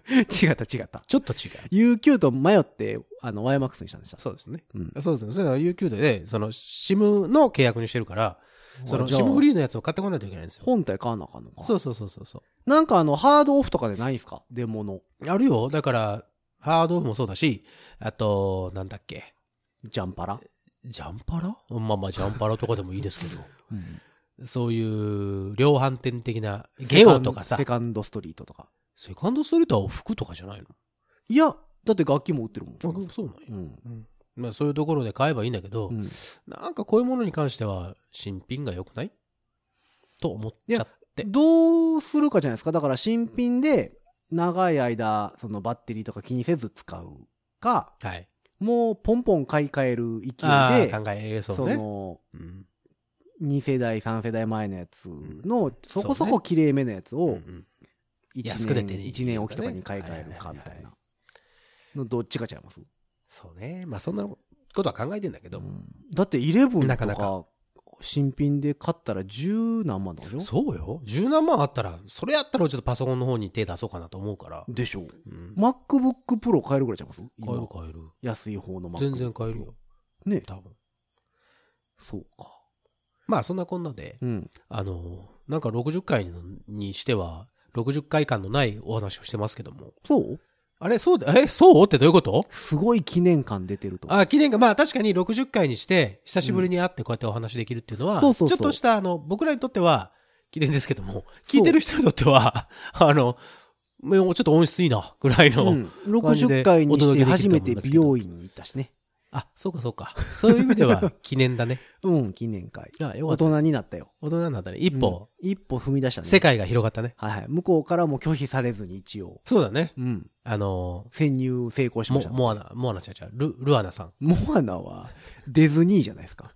Speaker 2: 違った違った。
Speaker 3: ちょっと違う。
Speaker 2: 有給と迷って、あの、YMAX にしたんでした。
Speaker 3: そうですね。
Speaker 2: うん。
Speaker 3: そうですね。それは有給でね、その、SIM の契約にしてるから、その、
Speaker 2: じゃあ
Speaker 3: SIM フリーのやつを買ってこないといけないんですよ。
Speaker 2: 本体買わなあかんのか。
Speaker 3: そうそうそうそうそ
Speaker 2: なんかあの、ハードオフとかでないんすかデモの。
Speaker 3: う。あるよ。だから、ハードオフもそうだし、あと、なんだっけ。
Speaker 2: ジャンパラ。
Speaker 3: ジャンパラまあまあ、ジャンパラとかでもいいですけ ど。
Speaker 2: うん。
Speaker 3: そういう、量販店的な、ゲオとかさ
Speaker 2: セ、カンドストリートとか。
Speaker 3: セカンドストリートは服とかじゃないの
Speaker 2: いや、だって楽器も売ってるもん。
Speaker 3: そうなんや。
Speaker 2: うん。
Speaker 3: まあ、そういうところで買えばいいんだけど、
Speaker 2: うん
Speaker 3: なんかこういうものに関しては、新品が良くないと思っちゃって。
Speaker 2: どうするかじゃないですか。だから新品で、長い間、そのバッテリーとか気にせず使うか、
Speaker 3: はい。
Speaker 2: もうポンポン買い替える
Speaker 3: あ
Speaker 2: 勢いで、
Speaker 3: あ、考えれそ
Speaker 2: そう
Speaker 3: ね。
Speaker 2: の、
Speaker 3: うん
Speaker 2: 2世代、3世代前のやつの、そこそ
Speaker 3: そうね
Speaker 2: こ綺麗めのやつ
Speaker 3: うんう
Speaker 2: を、
Speaker 3: ん
Speaker 2: 1
Speaker 3: 安く出て
Speaker 2: 年、
Speaker 3: ね
Speaker 2: 一年おきとかに買い替えるかみた
Speaker 3: はいいは
Speaker 2: な。のどっちがちゃいます
Speaker 3: そうね。まあ、そんなことは考えてんだけど。
Speaker 2: だって11
Speaker 3: な
Speaker 2: と
Speaker 3: かな
Speaker 2: か
Speaker 3: か
Speaker 2: 新品で買ったら十何万なんでしょ
Speaker 3: そうよ。十何万あったら、それやったらちょっとパソコンの方に手出そうかなと思うから。
Speaker 2: でしょう。
Speaker 3: うん。
Speaker 2: MacBook Pro 買えるぐらいちゃいます
Speaker 3: 買える
Speaker 2: 今
Speaker 3: 買える。
Speaker 2: 安い方の MacBook
Speaker 3: 全然買えるよ。
Speaker 2: ね。
Speaker 3: 多分。
Speaker 2: そうか。
Speaker 3: まあ、そんなこんなで、
Speaker 2: うん。
Speaker 3: あの、なんか60回ににしては、60回間のないお話をしてますけども。
Speaker 2: そう
Speaker 3: あれ、そうで、え、そうってどういうこと
Speaker 2: すごい記念感出てると。
Speaker 3: あ、記念が、まあ確かに60回にして、久しぶりに会ってこうやってお話できるっていうのは、
Speaker 2: うんそうそうそう
Speaker 3: ちょっとした、あの、僕らにとっては、記念ですけども、聞いてる人にとっては、 あの、もうちょっと音質いいな、ぐらいの。
Speaker 2: うん、60回にして初めて美容院に行ったしね。
Speaker 3: あ、そうかそうか。そういう意味 では、記念だね。
Speaker 2: うん、記念会。
Speaker 3: あ、
Speaker 2: 大
Speaker 3: よかったです
Speaker 2: 人。になったよ。
Speaker 3: 大人になったね。一歩、
Speaker 2: うん一歩踏み出したね。
Speaker 3: 世界が広がったね。
Speaker 2: はいはい。向こうからも拒否されずに一応。
Speaker 3: そうだね。
Speaker 2: うん。
Speaker 3: あの、
Speaker 2: 潜入成功しま
Speaker 3: モ
Speaker 2: した。
Speaker 3: モアナ、モアナちゃんちゃん、ル、ルアナさん。
Speaker 2: モアナはディズニーじゃないです か。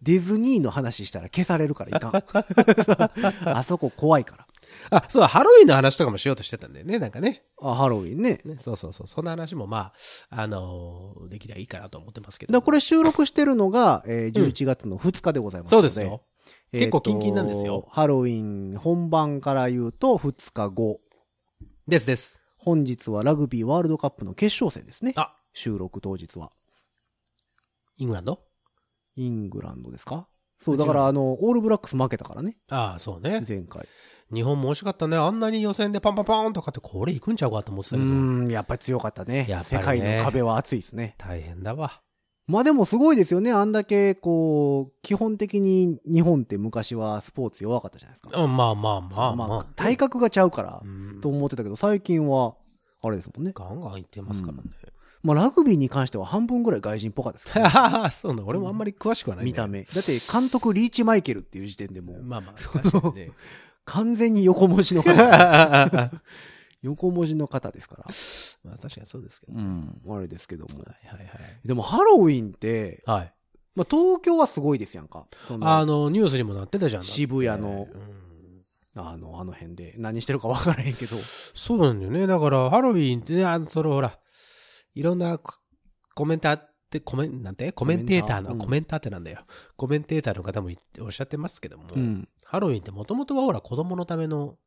Speaker 2: ディズニーの話したら消されるからいか ん。あそこ怖いから。
Speaker 3: あ、そうだ、ハロウィンの話とかもしようとしてたんだよね、なんかね。
Speaker 2: あ、ハロウィンね。
Speaker 3: ね、そうそうそう。そんな話も、まあ、あのーできりゃいいかなと思ってますけ
Speaker 2: だ
Speaker 3: ど。
Speaker 2: からこれ収録してるのが、えー
Speaker 3: うん
Speaker 2: 11月の2日でございます
Speaker 3: そ
Speaker 2: の
Speaker 3: うですよ。。
Speaker 2: えー
Speaker 3: 結構キンキンなんですよ
Speaker 2: とハロウィン本番から言うと2日後。
Speaker 3: ですです。
Speaker 2: 本日はラグビーワールドカップの決勝戦ですね。
Speaker 3: あ、
Speaker 2: 収録当日は。
Speaker 3: イングランド
Speaker 2: イングランドですかそう、
Speaker 3: 違う
Speaker 2: だからあの、オールブラックス負けたからね。
Speaker 3: ああ、そうね。
Speaker 2: 前回。
Speaker 3: 日本も惜しかったね。あんなに予選でパンパンパーンとかって、これ行くんちゃうかと思って
Speaker 2: う
Speaker 3: たけど。
Speaker 2: ーん、やっぱり強かったね。
Speaker 3: やっぱ
Speaker 2: 世
Speaker 3: りね
Speaker 2: 界の壁は厚いですね。
Speaker 3: 大変だわ。
Speaker 2: まあでもすごいですよね。あんだけ、こう、基本的に日本って昔はスポーツ弱かったじゃないですか。
Speaker 3: うんまあまあまあまあ。
Speaker 2: まあ、体格がちゃうから
Speaker 3: う、ん
Speaker 2: と思ってたけど、最近は、あれですもんね。
Speaker 3: ガンガン行ってますからね。
Speaker 2: まあラグビーに関しては半分ぐらい外人っぽかったですからね、
Speaker 3: ははそうなの。俺もあんまり詳し くはない、ね。
Speaker 2: 見た。目。だって監督リーチマイケルっていう時点でもう、
Speaker 3: まあまあ、確かに ね。
Speaker 2: 完全に横文字の 方。
Speaker 3: ま
Speaker 2: 横文字の方ですから。
Speaker 3: あ確かにそうですけど。
Speaker 2: う
Speaker 3: は
Speaker 2: ん、あれですけども。
Speaker 3: いはいはい。
Speaker 2: でもハロウィンって、
Speaker 3: はい。
Speaker 2: まあ東京はすごいですやんか。その
Speaker 3: あの、ニュースにもなってたじゃん。
Speaker 2: 渋谷の
Speaker 3: うん
Speaker 2: あの、あの辺で。何してるか分からへんけど。
Speaker 3: そうなんだよね。だから、ハロウィーンってね、あの、そのほら、いろんなココメンターって、コメン、なんてコメンテーターの、
Speaker 2: コメンターうん
Speaker 3: コメンターってなんだよ。コメンテーターの方もいおっしゃってますけども、
Speaker 2: うん。
Speaker 3: ハロウィーンってもともとはほら、子供のための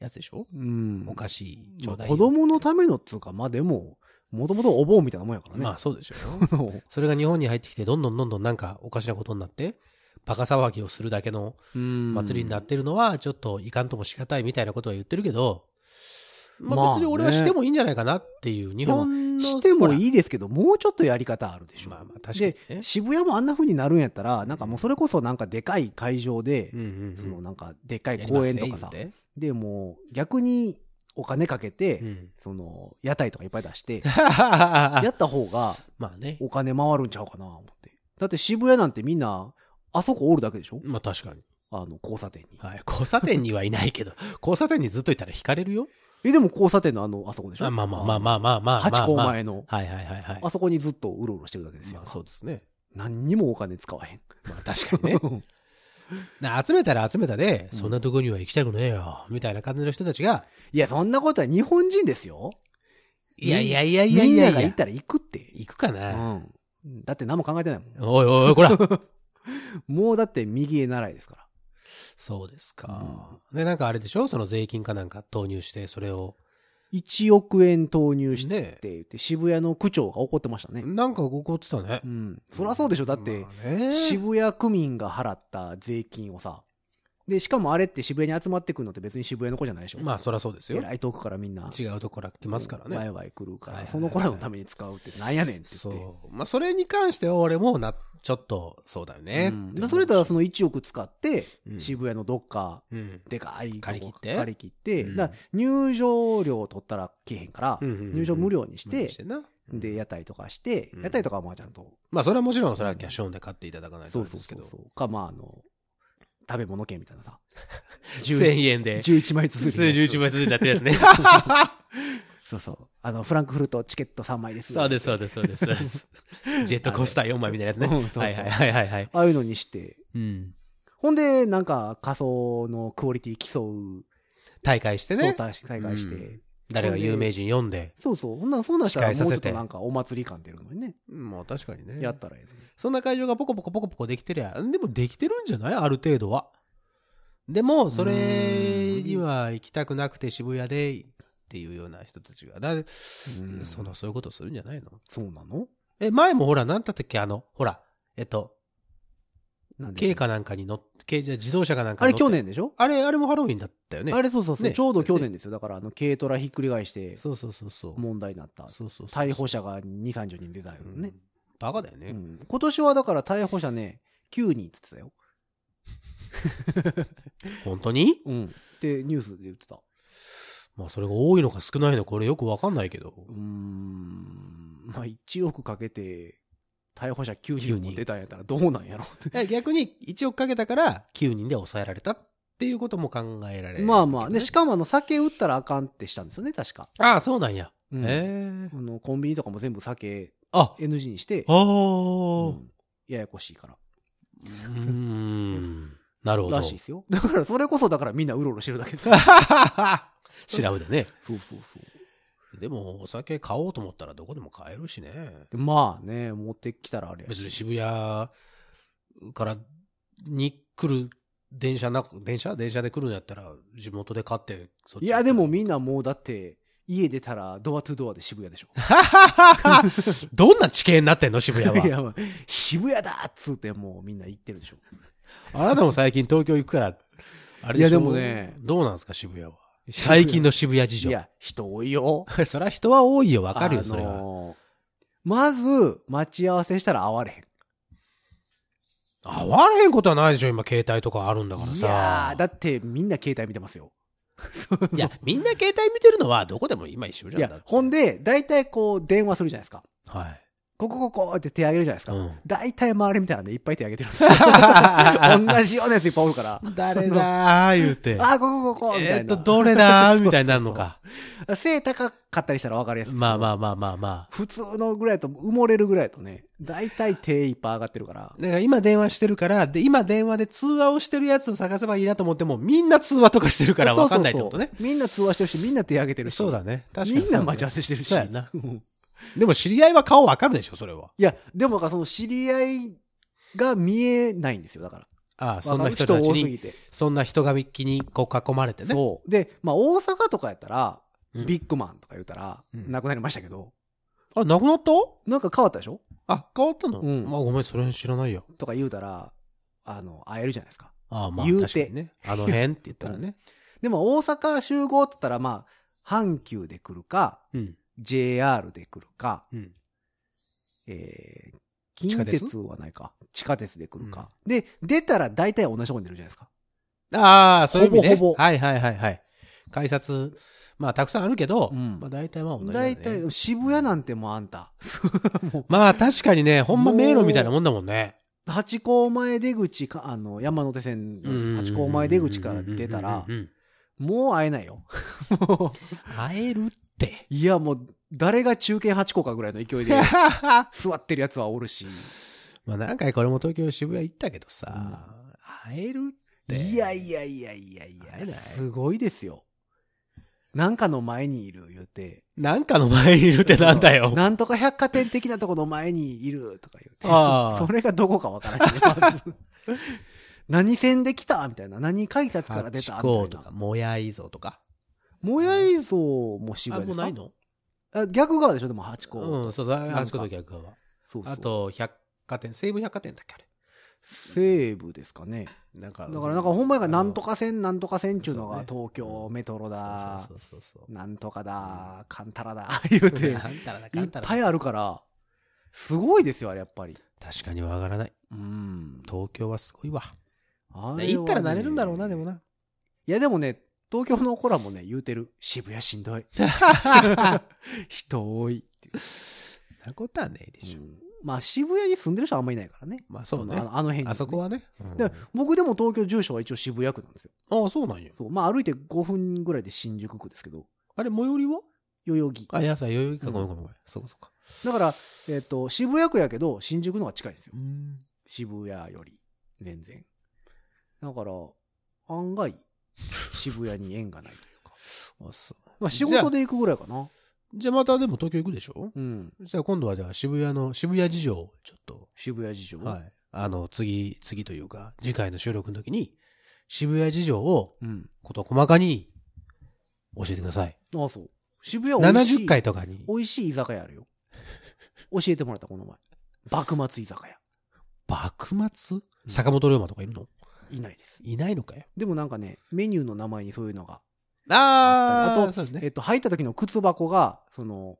Speaker 3: やつでしょ
Speaker 2: うん。
Speaker 3: お菓子ち
Speaker 2: ま
Speaker 3: ょ
Speaker 2: あ
Speaker 3: うだい
Speaker 2: 子供のためのっつうか、まあでも、もともとお盆みたいなもんやからね。
Speaker 3: まあ、そうでしょ。
Speaker 2: あの、
Speaker 3: それが日本に入ってきて、どんどんどんどんなんかおかしなことになって、バカ騒ぎをするだけの祭りになってるのは、ちょっといかんともしがたいみたいなことは言ってるけど、ま
Speaker 2: まあ
Speaker 3: あ
Speaker 2: ね
Speaker 3: 別に俺はしてもいいんじゃないかなっていう、日本の。
Speaker 2: しても
Speaker 3: い
Speaker 2: いいですけど、もうちょっとやり方あるでしょ。
Speaker 3: まあまあ確かにね
Speaker 2: で、渋谷もあんな風になるんやったら、なんかもうそれこそなんかでかい会場で、
Speaker 3: うんうん
Speaker 2: そ
Speaker 3: うん
Speaker 2: のなんかでっかい公園とかさ、
Speaker 3: やり
Speaker 2: でもう逆にお金かけて、
Speaker 3: ます ね言うて
Speaker 2: その屋台とかいっぱい出 して、
Speaker 3: うん
Speaker 2: やった方が
Speaker 3: まあね。
Speaker 2: お金回るんちゃうかな思って。だって渋谷なんてみんな、あそこおるだけでしょ
Speaker 3: まあ確かに。
Speaker 2: あの交差点に。
Speaker 3: はい。交差点にはいないけ ど、交差点にずっといたら引かれるよ。
Speaker 2: え、でも交差点のあの、あそこでしょ
Speaker 3: あまあまあまあまあまあまあ。
Speaker 2: 八
Speaker 3: まあ
Speaker 2: 甲
Speaker 3: まあ
Speaker 2: 前の、
Speaker 3: はいはいはいはい。
Speaker 2: あそこにずっとうろうろしてるだけですよ
Speaker 3: まあ。そうですね。
Speaker 2: 何にもお金使わへん。
Speaker 3: まあ 確かにね。な集めたら集めたで、そんなとこには行きたくねえよ、みたいな感じの人たちが、
Speaker 2: いや、そんなことは日本人ですよ。
Speaker 3: いやいやいやいや
Speaker 2: み
Speaker 3: い
Speaker 2: ん
Speaker 3: や
Speaker 2: ないが
Speaker 3: や
Speaker 2: 行っ。たら行くって。
Speaker 3: 行くか
Speaker 2: う
Speaker 3: な、
Speaker 2: ん。だって何も考えてないもん。
Speaker 3: おいおいおい、こら
Speaker 2: もうだって右へ習いですから。
Speaker 3: そうですか。で、なんかあれでしょその税金かなんか投入して、それを。
Speaker 2: 1億円投入してっ
Speaker 3: ね
Speaker 2: て言って、渋谷の区長が怒ってましたね。
Speaker 3: なんか怒ってたね
Speaker 2: う。ん。そりゃそうでしょ。だって
Speaker 3: ま、あね
Speaker 2: 渋谷区民が払った税金をさ、で、しかもあれって渋谷に集まってくるのって別に渋谷の子じゃないでしょ。
Speaker 3: まあ、そりゃそうです
Speaker 2: え
Speaker 3: よ。
Speaker 2: らい遠くからみんな。
Speaker 3: 違うところから来ますから
Speaker 2: ワ
Speaker 3: ね。
Speaker 2: イワイ来るか
Speaker 3: は
Speaker 2: ら、
Speaker 3: いはい
Speaker 2: その子らのために使うってなんやねんって言って。
Speaker 3: そう。まあ、それに関しては俺もな、ちょっと、そうだよね
Speaker 2: う。んだそれとはその1億使って、
Speaker 3: うん
Speaker 2: 渋谷のどっか、
Speaker 3: うん。
Speaker 2: でかいとこ
Speaker 3: 借り切って
Speaker 2: 借り切って、
Speaker 3: うん
Speaker 2: だから入場料取ったら来えへんから、
Speaker 3: うんうんうんうん
Speaker 2: 入場無料にして、
Speaker 3: 無理してな。
Speaker 2: で、屋台とかして、
Speaker 3: うん
Speaker 2: 屋台とかはまあちゃんと、
Speaker 3: まあ、それはもちろん、それはキャッシュオンで買っていただかないと
Speaker 2: そ
Speaker 3: あ
Speaker 2: う
Speaker 3: れ
Speaker 2: そ
Speaker 3: で
Speaker 2: うそ
Speaker 3: すけ
Speaker 2: う
Speaker 3: ど。
Speaker 2: そう。か、まああの、食べ物券みたいな さ、
Speaker 3: 1000円で。
Speaker 2: 11枚ずつ入れるやつ
Speaker 3: 11枚ずつになってるやつね。
Speaker 2: そうそう。あの、フランクフルトチケット3枚です。
Speaker 3: そうです、そうです、そうですそう です。ジェットコースター4枚みたいなやつね。
Speaker 2: うんそうそう
Speaker 3: はいはいはいはいはい。
Speaker 2: ああいうのにして、
Speaker 3: うん。
Speaker 2: ほんで、なんか仮想のクオリティ競う、
Speaker 3: 大会して
Speaker 2: そう
Speaker 3: ね。
Speaker 2: 大会して、
Speaker 3: うん誰が有名人読んで。
Speaker 2: そうそう。ほんならそんなんしたらも
Speaker 3: 司会さ
Speaker 2: うちょ
Speaker 3: せ
Speaker 2: ってとなんかお祭り感出るのにね。
Speaker 3: まあ確かにね
Speaker 2: やったらええのに
Speaker 3: そんな会場がポコポコポコポコできてりゃ、でもできてるんじゃないある程度は。でも、それには行きたくなくて渋谷でっていうような人たちが。だ
Speaker 2: うん
Speaker 3: そのそういうことするんじゃないの
Speaker 2: そうなの
Speaker 3: え、前もほら、なんだったっけあの、ほら、えっと、
Speaker 2: なんで
Speaker 3: 軽かなんかに乗って、軽じゃ自動車かなんか
Speaker 2: あ
Speaker 3: に
Speaker 2: れ
Speaker 3: 乗
Speaker 2: 去。
Speaker 3: って
Speaker 2: 年でしょ
Speaker 3: あれ、あれもハロウィンだったよね。
Speaker 2: あれそうそうそう。
Speaker 3: ね
Speaker 2: ちょうど去年ですよ。だからあの、軽トラひっくり返して
Speaker 3: そうそうそうそう。
Speaker 2: 問題になった。
Speaker 3: そうそうそう
Speaker 2: 逮捕者が2、30人出たよ
Speaker 3: うん
Speaker 2: ね。
Speaker 3: バカだよね。
Speaker 2: うん今年はだから逮捕者ね、9人って言ってたよ。
Speaker 3: 本当に
Speaker 2: うん。ってニュースで言ってた。
Speaker 3: まあそれが多いのか少ないのか俺よくわかんないけど。
Speaker 2: うーん。まあ、1億かけて、逮捕者9人も出たんやったらどうなんやろって。
Speaker 3: え逆に1億かけたから9人で抑えられたっていうことも考えられる、
Speaker 2: まあまあ。で、しかもあの、酒売ったらあかんってしたんですよね、確か。
Speaker 3: ああ、そうなんや。
Speaker 2: うん
Speaker 3: ええ
Speaker 2: あの、コンビニとかも全部酒
Speaker 3: あ、
Speaker 2: NG にして
Speaker 3: あ、あ、
Speaker 2: うんややこしいから。
Speaker 3: うーん。なるほど。
Speaker 2: らしいですよ。 だから、それこそだからみんなうろうろしてるだけです。
Speaker 3: 調べてね。
Speaker 2: そうそうそ
Speaker 3: でも、お酒買おうと思ったらどこでも買えるしね。
Speaker 2: う。まあね、持ってきたらあれや
Speaker 3: 別
Speaker 2: し
Speaker 3: に渋谷からに来る電車な、電車電車で来るんやったら地元で買って、そっち
Speaker 2: いや、でもみんなもうだって、家出たらドアトゥドアで渋谷でし ょ。
Speaker 3: どんな地形になってんの渋谷
Speaker 2: い
Speaker 3: は。
Speaker 2: や、まあ渋谷だっつってもうみんな行ってるでしょ。
Speaker 3: あなた も最近東京行くから、あれしょ
Speaker 2: いやでもね
Speaker 3: どうなんですか渋谷は。最近の渋谷事
Speaker 2: い
Speaker 3: 情。
Speaker 2: や、人多いよ。
Speaker 3: そりゃ人は多いよ、わかるよ、それ
Speaker 2: あ
Speaker 3: は。
Speaker 2: のーまず、待ち合わせしたら会われへん。
Speaker 3: 会われへんことはないでしょ、今携帯とかあるんだから
Speaker 2: いや
Speaker 3: さ
Speaker 2: ー、。だってみんな携帯見てますよ。
Speaker 3: いや、みんな携帯見てるのはどこでも今一緒じ
Speaker 2: い
Speaker 3: ゃん。
Speaker 2: や
Speaker 3: だって、
Speaker 2: ほんで、大体こう、電話するじゃないですか。
Speaker 3: はい。
Speaker 2: ここここって手挙げるじゃないですか。
Speaker 3: うん
Speaker 2: 大体周りみたいなんでいっぱい手挙げてるん ですよ。同じようなやついっぱいおるから。
Speaker 3: 誰だー言うて。
Speaker 2: あ、ここここみた
Speaker 3: え
Speaker 2: い
Speaker 3: ーっと、
Speaker 2: な。
Speaker 3: どれだーみたいになるのか。
Speaker 2: 背高かったりしたら分かりやすい。
Speaker 3: まあま
Speaker 2: あ。
Speaker 3: あまあまあまあ。
Speaker 2: 普通のぐらいだと埋もれるぐらいだとね、大体手いっぱい上がってるから。
Speaker 3: だから今電話してるから、で、今電話で通話をしてるやつを探せばいいなと思っても、みんな通話とかしてるからわかんないってことね
Speaker 2: そう。そうそうみんな通話してるし、みんな手挙げてるし。
Speaker 3: そうだね。確かに。
Speaker 2: みんな待ち合わせしてるし。
Speaker 3: そうやな。
Speaker 2: うん
Speaker 3: でも知り合いは顔わかるでしょ、それは。
Speaker 2: いや、でもなんかその知り合いが見えないんですよ、だから。
Speaker 3: ああ、そんな人
Speaker 2: わ
Speaker 3: た
Speaker 2: かる
Speaker 3: ち
Speaker 2: 多すぎ
Speaker 3: に、
Speaker 2: て。
Speaker 3: そんな人が気にこう囲まれてね。
Speaker 2: そう。で、まあ大阪とかやったら、
Speaker 3: うん
Speaker 2: ビッグマンとか言うたら、
Speaker 3: うん
Speaker 2: なくなりましたけど、
Speaker 3: あ、なくなった
Speaker 2: なんか変わったでしょ
Speaker 3: あ、変わったの
Speaker 2: うん
Speaker 3: まあごめん、それ知らないよ。
Speaker 2: とか言うたら、あの、会えるじゃないですか。
Speaker 3: ああ、まあ
Speaker 2: 言うて
Speaker 3: 確かにね。あの辺って言ったらね。
Speaker 2: でも大阪集合って言ったら、まあ、阪急で来るか、
Speaker 3: うん。
Speaker 2: JR で来るか、
Speaker 3: うん。
Speaker 2: えー、
Speaker 3: 地
Speaker 2: 近
Speaker 3: 下鉄
Speaker 2: 鉄はないか。地下鉄で来るか。で、出たら大体同じとこに出るじゃないですか。
Speaker 3: ああ、そういう意味ね。
Speaker 2: ほぼほぼ
Speaker 3: はいはいはいはい。改札、まあたくさんあるけど、
Speaker 2: うん
Speaker 3: まあ大体は同じだよね。
Speaker 2: 大体、渋谷なんてもうあんた、も
Speaker 3: まあ確かにね、ほんま迷路みたいなもんだもんね。
Speaker 2: う、八甲前出口か、あの、山手線
Speaker 3: うん
Speaker 2: の八甲前出口から出たら
Speaker 3: うん、うん
Speaker 2: もう会えないよ。もう
Speaker 3: 会える って。
Speaker 2: いや、もう、誰が中堅八甲かぐらいの勢い で、座ってるやつはおるし。
Speaker 3: まあ何回これも東京渋谷行ったけどさ、会えるって。
Speaker 2: いやいやいやいやい
Speaker 3: 会えな
Speaker 2: や、
Speaker 3: い
Speaker 2: すごいですよ。なんかの前にいる言うて。
Speaker 3: なんかの前にいるって なんだ よ。
Speaker 2: なんとか百貨店的なとこの前にいるとか言うて。
Speaker 3: ああ
Speaker 2: そそれがどこかわからんけどま ず何線で来たみたいな。何改札から出たみ
Speaker 3: こ
Speaker 2: た
Speaker 3: う
Speaker 2: い
Speaker 3: とか、
Speaker 2: な。
Speaker 3: もやいぞとか。
Speaker 2: もやい像も渋
Speaker 3: あ、
Speaker 2: 谷で
Speaker 3: もう
Speaker 2: す
Speaker 3: な
Speaker 2: か
Speaker 3: いの
Speaker 2: あ逆側でしょでもハチ公。
Speaker 3: うん、そうそう、
Speaker 2: か
Speaker 3: あそこと逆側。
Speaker 2: そうそう
Speaker 3: あと、百貨店、西武百貨店だっけあれ。
Speaker 2: 西部ですかね。
Speaker 3: なんか、
Speaker 2: だからなんかほんまやからなんと
Speaker 3: か
Speaker 2: か線なんとか線っちゅうの
Speaker 3: そう
Speaker 2: が
Speaker 3: ね
Speaker 2: 東京メトロだ、
Speaker 3: そうそうそうそう。
Speaker 2: なんとかだ、
Speaker 3: う
Speaker 2: カンタラだ、 言うて。いっ
Speaker 3: あんたらだ、あんたらだ
Speaker 2: ぱいあるから、すごいですよ、あれやっぱり。
Speaker 3: 確かにわからない。
Speaker 2: うん。
Speaker 3: 東京はすごいわ。
Speaker 2: あれはね
Speaker 3: 行ったらなれるんだろうな、で も。な。
Speaker 2: いやでもね、東京の子らもね、言うてる。渋谷しんどい。 人多いっていう
Speaker 3: なことはねえでしょ。
Speaker 2: うんまあ渋谷に住んでる人はあんまいないからね。
Speaker 3: まあそうね
Speaker 2: の。あのあの辺にね
Speaker 3: あそこはね。うん
Speaker 2: で僕でも東京住所は一応渋谷区なんですよ。
Speaker 3: ああ、そうなんよ。
Speaker 2: そう。まあ歩いて5分ぐらいで新宿区ですけど、
Speaker 3: あれ、最寄りは
Speaker 2: 代々木。
Speaker 3: あ、いやさ、代々木か。
Speaker 2: うん
Speaker 3: ごめんごめんごめん。そこそこ。
Speaker 2: だから、えっ、と、渋谷区やけど、新宿の方が近いんですよ
Speaker 3: う。ん。
Speaker 2: 渋谷より、全然。だから、案外、渋谷に縁が ないというか。
Speaker 3: あ、そう。
Speaker 2: まあ仕事で行くぐらいかな。
Speaker 3: じゃあまたでも東京行くでしょ
Speaker 2: うん。
Speaker 3: じゃあ今度はじゃあ渋谷の、渋谷事情をちょっと、
Speaker 2: 渋谷事情。
Speaker 3: はい。あの、次、次というか、次回の収録の時に、渋谷事情を、
Speaker 2: うん。
Speaker 3: こと細かに、教えてください。
Speaker 2: ああ、そう。渋谷美味しい
Speaker 3: 70回とかに、
Speaker 2: 美味しい居酒屋あるよ。教えてもらった、この前。幕末居酒屋。
Speaker 3: 幕末坂本龍馬とかいるの
Speaker 2: いないです。
Speaker 3: いないのかよ。
Speaker 2: でもなんかね、メニューの名前にそういうのが。
Speaker 3: あ
Speaker 2: ー
Speaker 3: あと、そうです
Speaker 2: えっと、入った時の靴箱が、その、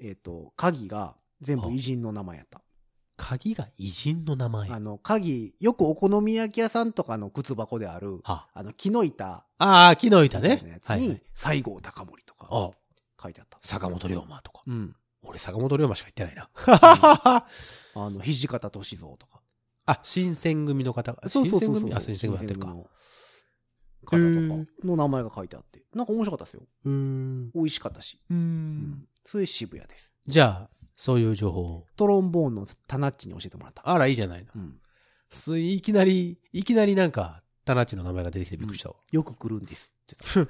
Speaker 2: えっと、鍵が全部偉人の名前やった。
Speaker 3: 鍵が偉人の名前。
Speaker 2: あ
Speaker 3: は
Speaker 2: の、鍵、よくお好み焼き屋さんとかの靴箱である、
Speaker 3: あ
Speaker 2: あの、木の板
Speaker 3: あー、木の板
Speaker 2: みたいな
Speaker 3: ね
Speaker 2: や。つ
Speaker 3: はいは
Speaker 2: に
Speaker 3: い。、
Speaker 2: 西郷隆盛とか
Speaker 3: あ、
Speaker 2: 書いてあった。
Speaker 3: 坂本龍馬とか。
Speaker 2: うん。
Speaker 3: 俺、坂本龍馬しか言っ てないな。
Speaker 2: あの、土方歳三とか。
Speaker 3: あ、新選組の方が。新選組あ、新選組やってるか。
Speaker 2: 新選組の方とかの名前が書いてあって。なんか面白かったですよ。
Speaker 3: うーん。
Speaker 2: 美味しかったし。
Speaker 3: うー。。
Speaker 2: うんそれ渋谷です。
Speaker 3: じゃあ、そういう情報を。
Speaker 2: トロンボーンのタナッチに教えてもらった。
Speaker 3: あら、いいじゃないの。
Speaker 2: うん。
Speaker 3: すいきなり、いきなりなんか、タナッチの名前が出てきてびっくりしたわ。
Speaker 2: よく来るんですって言っ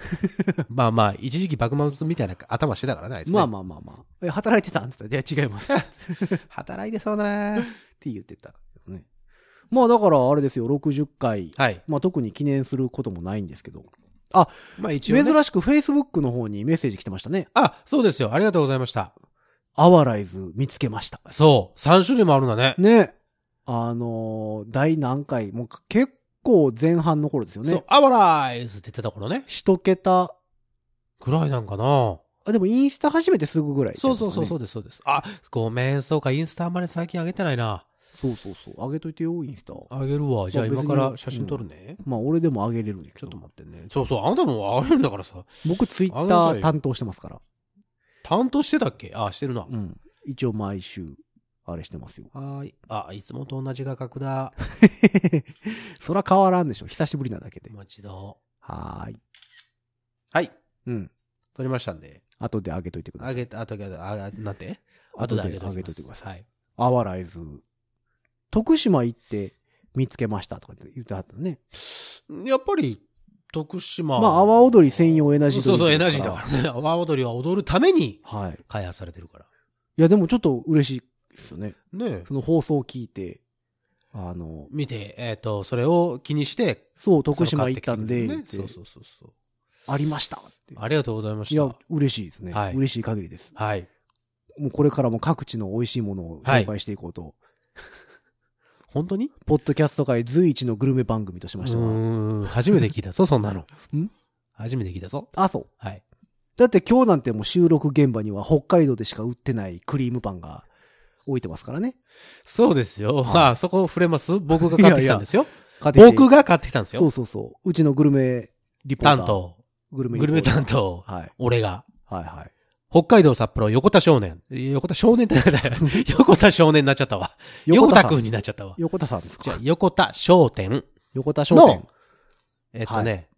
Speaker 2: て
Speaker 3: まあまあ、一時期幕末みたいな頭してたからね、あいつ、
Speaker 2: た。
Speaker 3: ね。
Speaker 2: まあまあまあまあ。え、働いてたんって言ったら、いや違います。
Speaker 3: あ。 働いてそうだな
Speaker 2: って言ってたけどね。まあだからあれですよ、60回。
Speaker 3: はい。
Speaker 2: まあ特に記念することもないんですけど。
Speaker 3: まあ一応、ね。
Speaker 2: 珍しく Facebook の方にメッセージ来てましたね。
Speaker 3: あ、そうですよ。ありがとうございました。
Speaker 2: アワライズ見つけました。
Speaker 3: そう。3種類もあるんだね。
Speaker 2: ね。あのー第何回、もう結構前半の頃ですよ
Speaker 3: そう
Speaker 2: ね。。
Speaker 3: アワライズって言ってた頃ね。
Speaker 2: 一桁、
Speaker 3: ぐらいなんかな
Speaker 2: あ、でもインスタ始めてすぐぐらい、
Speaker 3: そうそうそう、そう
Speaker 2: う。
Speaker 3: です、そうです。あ、ごめん、そうか、インスタあんまり最近上げてないな。
Speaker 2: そうそうそう。上げといてよ、インスタ。
Speaker 3: あげるわ。じゃあ
Speaker 2: まあ
Speaker 3: 今
Speaker 2: 別
Speaker 3: か
Speaker 2: に
Speaker 3: ら写真撮るね。
Speaker 2: まあ俺でも上げれるんだけ
Speaker 3: ちょ
Speaker 2: ど。
Speaker 3: っと待ってね。そうそう、あなたもあるんだからさ。
Speaker 2: 僕ツイ
Speaker 3: あ
Speaker 2: ッ
Speaker 3: げな
Speaker 2: タ
Speaker 3: さい
Speaker 2: ー
Speaker 3: よ
Speaker 2: 担当してますから。
Speaker 3: 担当してたっけあ、してるな。
Speaker 2: うん。一応毎週、あれしてますよ。
Speaker 3: はーい。あ、いつもと同じ画角だ。
Speaker 2: そら変わらんでしょ。久しぶりなだけで。
Speaker 3: もう一度。
Speaker 2: はーい。
Speaker 3: はい。
Speaker 2: うん。
Speaker 3: 撮りましたんで。
Speaker 2: 後で上げといてくださ
Speaker 3: あ
Speaker 2: い。
Speaker 3: げた、あとで、あ、あなんて
Speaker 2: 後で
Speaker 3: あ
Speaker 2: 上げ
Speaker 3: と
Speaker 2: と
Speaker 3: い
Speaker 2: い
Speaker 3: て
Speaker 2: て
Speaker 3: く
Speaker 2: く
Speaker 3: だ
Speaker 2: だ
Speaker 3: さい。はい
Speaker 2: アワライズ。徳島行って見つけましたとかって言ってはったね。
Speaker 3: やっぱり、徳島。
Speaker 2: まあ、阿波踊り専用エナジー
Speaker 3: そうそう、エ
Speaker 2: ドリ
Speaker 3: ナ
Speaker 2: ンク
Speaker 3: ジ
Speaker 2: で
Speaker 3: ー
Speaker 2: す
Speaker 3: だからね。阿波踊りは踊るために
Speaker 2: ら。はい。
Speaker 3: 開発されてるから。
Speaker 2: いや、でもちょっと嬉しいですよね。
Speaker 3: ねえ
Speaker 2: その放送を聞いて、あの、
Speaker 3: 見て、えっ、と、それを気にして、
Speaker 2: そう、徳島行ったんで、
Speaker 3: その買
Speaker 2: 言
Speaker 3: っ
Speaker 2: って
Speaker 3: きて
Speaker 2: て
Speaker 3: くれるねそうそうそう
Speaker 2: ありましたって
Speaker 3: そう。ありがとうございまし
Speaker 2: いや
Speaker 3: た、。
Speaker 2: 嬉しいですね。
Speaker 3: はい
Speaker 2: 嬉しい限りです。
Speaker 3: はい。
Speaker 2: もうこれからも各地の美味しいものを紹介していこうと、
Speaker 3: 本当に
Speaker 2: ポッドキャスト界随一のグルメ番組とし
Speaker 3: う
Speaker 2: ましたが。
Speaker 3: ーん、初めて聞いたぞ、そんなの。
Speaker 2: ん
Speaker 3: 初めて聞いたぞ。
Speaker 2: あ、そう。
Speaker 3: はい。
Speaker 2: だって今日なんてもう収録現場には北海道でしか売ってないクリームパンが置いてますからね。
Speaker 3: そうですよ。
Speaker 2: はい
Speaker 3: ああ、そこ触れます僕が買ってきたんですよ。
Speaker 2: 買ってきて
Speaker 3: 僕が買ってきたんです
Speaker 2: そう
Speaker 3: よ。
Speaker 2: そうそう。うちのグルメリポーター。
Speaker 3: 担。当。
Speaker 2: グルメ
Speaker 3: グルメ担
Speaker 2: 当。
Speaker 3: 当。
Speaker 2: はい。
Speaker 3: 俺が。
Speaker 2: はいはい。
Speaker 3: 北海道札幌横田少年。えー横田少年ってなん だよ。横田少年になっちゃったわ。横田
Speaker 2: さん
Speaker 3: 君になっちゃったわ。
Speaker 2: 横田さんです
Speaker 3: じゃあ
Speaker 2: か
Speaker 3: 横田商店。
Speaker 2: 横田商店。
Speaker 3: えっとね、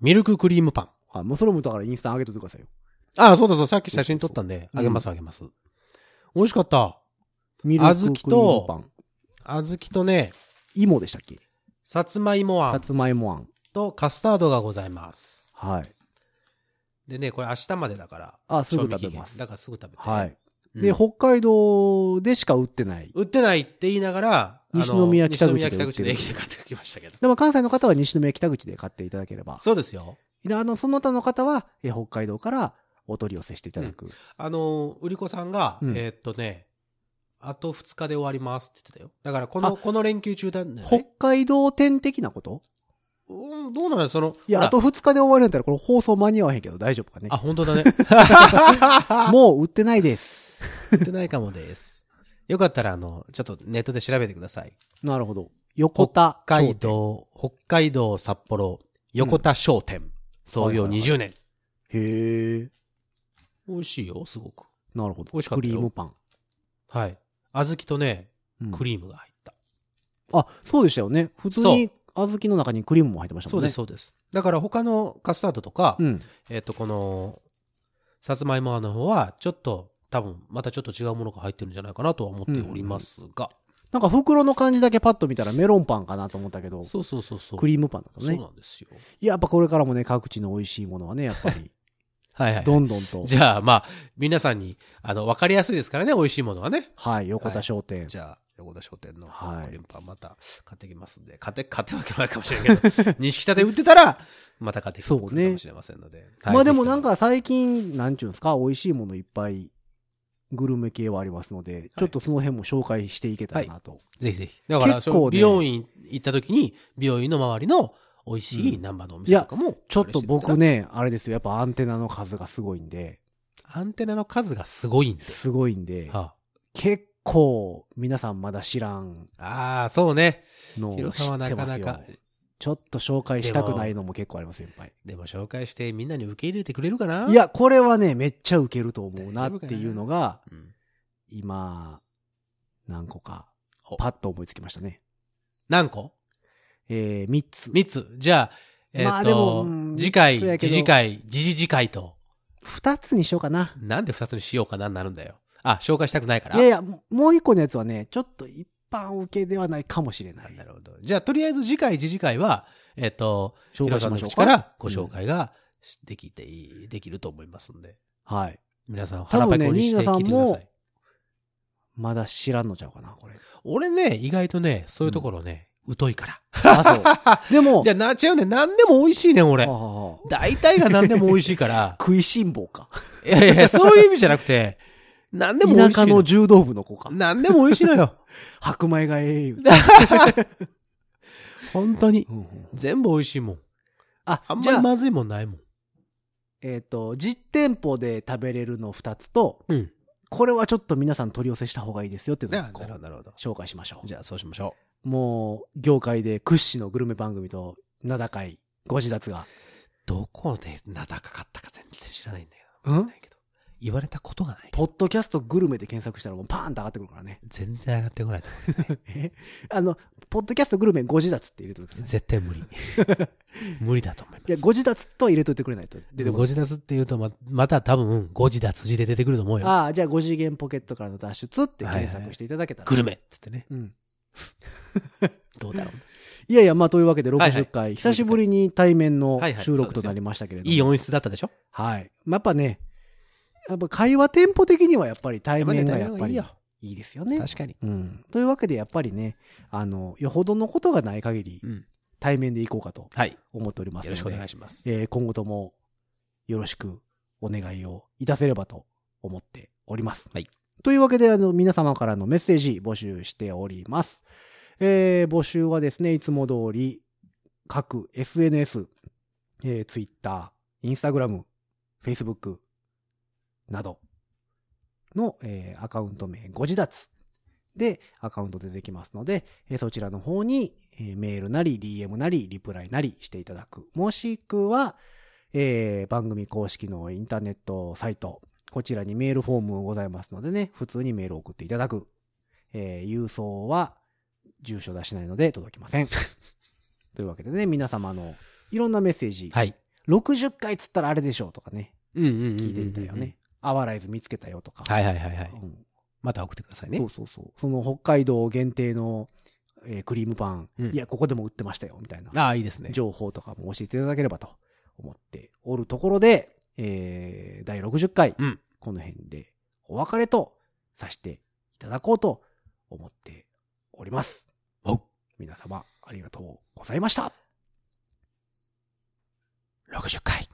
Speaker 3: ミルククリームパン。
Speaker 2: はい。もうそれもだからインスタン上げといてくださいよ。
Speaker 3: ああ、そうだそう、さっき写真撮ったんで、あげますあげます。美味しかった。
Speaker 2: ミルククリームパン。
Speaker 3: 小豆とね、
Speaker 2: 芋でしたっけ
Speaker 3: さつまいもあ
Speaker 2: さ
Speaker 3: ん
Speaker 2: つまいもあん。
Speaker 3: とカスタードがございます。
Speaker 2: はい。
Speaker 3: でね、これ明日までだから。
Speaker 2: あすぐ
Speaker 3: 賞味期
Speaker 2: 食べ
Speaker 3: 限
Speaker 2: ます
Speaker 3: だからすぐ食べて。
Speaker 2: はい。
Speaker 3: うん
Speaker 2: で、北海道でしか売ってない。
Speaker 3: 売ってないって言いながら、あの
Speaker 2: 西宮北口で
Speaker 3: 西宮北口で
Speaker 2: 売ってる
Speaker 3: 駅で買ってきましたけど。
Speaker 2: でも関西の方は西宮北口で買っていただければ。
Speaker 3: そうですよ。
Speaker 2: であの、その他の方は、え北海道からお取り寄せしていただく。
Speaker 3: あの、売り子さんが、
Speaker 2: うん
Speaker 3: えーっとね、あと2日で終わりますって言ってたよ。だからこ
Speaker 2: あ
Speaker 3: の、この連休中なんだよ
Speaker 2: 北
Speaker 3: ね。
Speaker 2: 海道店的なこと
Speaker 3: うん、どうなのその、
Speaker 2: いや、
Speaker 3: ほら
Speaker 2: あと、2日で終わるんやったら、これ放送間に合わへんけど大丈夫かね
Speaker 3: あ、。本当だね。
Speaker 2: も
Speaker 3: も
Speaker 2: う売ってないです。
Speaker 3: う売ってないかもです。 よかったら、あの、ちょっとネットで調べてください。
Speaker 2: なるほど。横田
Speaker 3: 北
Speaker 2: 商
Speaker 3: 海
Speaker 2: 店。
Speaker 3: 道、北海道札幌、横田商店、創業
Speaker 2: はいはい
Speaker 3: 20年。
Speaker 2: へえ。
Speaker 3: 美味しいよ、すごく。
Speaker 2: なるほど。
Speaker 3: 美味しかった
Speaker 2: ク
Speaker 3: よ
Speaker 2: リームパン。
Speaker 3: はい。小豆とね、
Speaker 2: うん
Speaker 3: クリームが入った。
Speaker 2: あ、そうでしたよね。普通に、小豆の中にクリームも入ってました
Speaker 3: そ
Speaker 2: も
Speaker 3: うん
Speaker 2: ね。
Speaker 3: です、そうです。だから他のカスタードとか、
Speaker 2: うん。
Speaker 3: えっ、と、この、さつまいもの方は、ちょっと、多分、またちょっと違うものが入ってるんじゃないかなとは思っておりますが。
Speaker 2: なんか袋の感じだけパッと見たらメロンパンかなと思ったけど、
Speaker 3: そうそうそうそう。
Speaker 2: クリームパンだった
Speaker 3: そう
Speaker 2: ね
Speaker 3: な。んですよ。
Speaker 2: いややっぱこれからもね、各地の美味しいものはね、やっぱり、
Speaker 3: はいはい。
Speaker 2: どんどんと、
Speaker 3: じゃあ、まあ、皆さんに、あの、わかりやすいですからね、美味しいものはね。
Speaker 2: はい、横田商店。
Speaker 3: じゃあ、横田商店の
Speaker 2: はい
Speaker 3: クリームパンまた買ってきますんで、買って、買ってわけないかもしれんけど、 錦田で売ってたら、また買ってきてく
Speaker 2: そう
Speaker 3: る
Speaker 2: ね
Speaker 3: かもしれませんので。はい
Speaker 2: まあでもなん、
Speaker 3: ぜ
Speaker 2: か最近、なんちゅうんですか、美味しいものいっぱい、グルメ系はありますので、ちょっとその辺も紹介していけたらなと。
Speaker 3: ひぜひぜひ。だから、
Speaker 2: 結
Speaker 3: そ
Speaker 2: 構ね
Speaker 3: の美容院行った時に、美容院の周りの美味しいナンバーのお店とかも、
Speaker 2: ちょっと僕
Speaker 3: ね
Speaker 2: ね、あれですよ、やっぱアンテナの数がすごいんで、
Speaker 3: アンテナの数がすごいんです。
Speaker 2: すごいんで、
Speaker 3: は
Speaker 2: 結構皆さんまだ知らん
Speaker 3: あ、あー、そうね。
Speaker 2: のを知
Speaker 3: 広さんは
Speaker 2: っ
Speaker 3: な
Speaker 2: て
Speaker 3: か
Speaker 2: ます
Speaker 3: な
Speaker 2: よ
Speaker 3: か。。
Speaker 2: ちょっと紹介したくないのも結構あります、先輩。、
Speaker 3: でも紹介してみんなに受け入れてくれるかない
Speaker 2: や、これはね、めっちゃウケると思うなっていうのが、
Speaker 3: うん
Speaker 2: 今、何個か
Speaker 3: お、
Speaker 2: パッと思いつきましたね。
Speaker 3: 何個
Speaker 2: えー、3つ。
Speaker 3: ?3 つ。じゃあ、えっ、
Speaker 2: まあでも
Speaker 3: と、
Speaker 2: うん
Speaker 3: 次回、
Speaker 2: 三つやけど
Speaker 3: 次次回、次次次回と、
Speaker 2: 2つにしようかな。
Speaker 3: なんで2つにしようかなになるんだよ。あ、紹介したくないから。
Speaker 2: いやいや、ももう1個のやつはね、ちょっと一般受けではないかもしれない。
Speaker 3: なるほど。じゃあ、とりあえず次回、次次回は、えっ、と、
Speaker 2: 紹介
Speaker 3: 広
Speaker 2: し
Speaker 3: さん
Speaker 2: ま
Speaker 3: の
Speaker 2: しょう
Speaker 3: 口
Speaker 2: か。
Speaker 3: からご紹介ができてい、できると思いますんで。
Speaker 2: はい。
Speaker 3: 皆さん、
Speaker 2: 多
Speaker 3: 腹
Speaker 2: 分
Speaker 3: パ
Speaker 2: ね
Speaker 3: コにして聞い
Speaker 2: ニ
Speaker 3: てくだ
Speaker 2: ーナさん
Speaker 3: さ
Speaker 2: も
Speaker 3: い。
Speaker 2: まだ知らんのちゃうかな、 これ。
Speaker 3: 俺ね、意外とね、そういうところね、疎いから。
Speaker 2: あ、そう。でも、
Speaker 3: じゃあ、な、違うね。何でも美味しいねん、俺
Speaker 2: は。はは
Speaker 3: 大体が何でも美味しいか ら。
Speaker 2: 食いしん坊か。
Speaker 3: いやいや、そういう意味じゃなくて、何でも美
Speaker 2: 田
Speaker 3: 味しい
Speaker 2: 舎の
Speaker 3: の。
Speaker 2: 柔道部の子か。
Speaker 3: 何でも美味しいの よ。
Speaker 2: 白米がええ言うて、
Speaker 3: 本当に
Speaker 2: う。んうん
Speaker 3: 全部美味しいもん。
Speaker 2: あ
Speaker 3: あん、
Speaker 2: じ
Speaker 3: ま
Speaker 2: ゃ
Speaker 3: り
Speaker 2: あ、
Speaker 3: まずいもんないもん。
Speaker 2: えっ、と、実店舗で食べれるの2つと、
Speaker 3: うん。
Speaker 2: これはちょっと皆さん取り寄せした方がいいですよっていう
Speaker 3: な
Speaker 2: の
Speaker 3: な
Speaker 2: を
Speaker 3: る
Speaker 2: こ
Speaker 3: ほど、
Speaker 2: う
Speaker 3: なるほど。
Speaker 2: 紹介しましょう。
Speaker 3: じゃあ、そうしましょ
Speaker 2: もう、業界で屈指のグルメ番組と名高いご自立が。
Speaker 3: う。どこで名高かったか全然知らないんだけ
Speaker 2: う
Speaker 3: ど。
Speaker 2: ん
Speaker 3: ないけど言われたことがない。
Speaker 2: ポッドキャストグルメで検索したらもうパーンと上がってくるからね。
Speaker 3: 全然上がってこないと思
Speaker 2: えあの、ポッドキャストグルメご自立って入れといてく
Speaker 3: う。
Speaker 2: ださい。
Speaker 3: 絶対無 理。無理だと思います。
Speaker 2: いや、ご自立と入れといてくれないと出
Speaker 3: で
Speaker 2: てこ
Speaker 3: ご
Speaker 2: ない。
Speaker 3: 自立って言うとま、また多分、ご自立字で出てくると思うよ。
Speaker 2: ああ、じゃあ5次元ポケットからの脱出って検索していただけたら。
Speaker 3: グルメっつってね。
Speaker 2: うん。
Speaker 3: どうだろ
Speaker 2: いやいや、まあというわけで60回、
Speaker 3: はいはい
Speaker 2: 久しぶりに対面の
Speaker 3: はいはい
Speaker 2: 収録となりましたけれ
Speaker 3: う。
Speaker 2: ども。
Speaker 3: いい音質だったでしょ
Speaker 2: はい。まあやっぱね、やっぱ会話テンポ的にはやっぱり対面がやっ
Speaker 3: 対面
Speaker 2: ぱ
Speaker 3: がいい
Speaker 2: り
Speaker 3: よ
Speaker 2: いいですよね。
Speaker 3: 確かに。
Speaker 2: うん。というわけでやっぱりね、あの、よほどのことがない限り
Speaker 3: うん。
Speaker 2: 対面で行こうかと
Speaker 3: はい。よ
Speaker 2: 思っておりますの
Speaker 3: ろ
Speaker 2: で、
Speaker 3: しくお願いします。
Speaker 2: えー今後ともよろしくお願いをいたせればと思っております。
Speaker 3: はい。
Speaker 2: というわけで、あの、皆様からのメッセージ募集しております。えー募集はですね、いつも通り、各 SNS、えー Twitter、Instagram、Facebook などの、えーアカウント名、ご自立でアカウント出てきますので、えーそちらの方に、えーメールなり、DM なり、リプライなりしていただく。もしくは、えー番組公式のインターネットサイト、こちらにメールフォームございますのでね、普通にメールを送っていただく。えー郵送は、住所出しないので届きませ ん。というわけでね、皆様のいろんなメッセージ、
Speaker 3: はい。
Speaker 2: 60回つったらあれでしょうとかね、
Speaker 3: うんうんうん。
Speaker 2: 聞いてみたよね。。アワライズ見つけたよとか。
Speaker 3: はいはいはいはい。
Speaker 2: うん
Speaker 3: また送ってください
Speaker 2: そ
Speaker 3: ね
Speaker 2: う。そうそう。その北海道限定の、えークリームパン、
Speaker 3: うん
Speaker 2: いや、ここでも売ってましたよ、みたいな
Speaker 3: ああ、いいですね。
Speaker 2: 情報とかも教えていただければと思っておるところで、えー第60回、
Speaker 3: うん
Speaker 2: この辺でお別れとさせていただこうと思っております。
Speaker 3: おう
Speaker 2: 皆様ありがとうございました。
Speaker 3: 60回。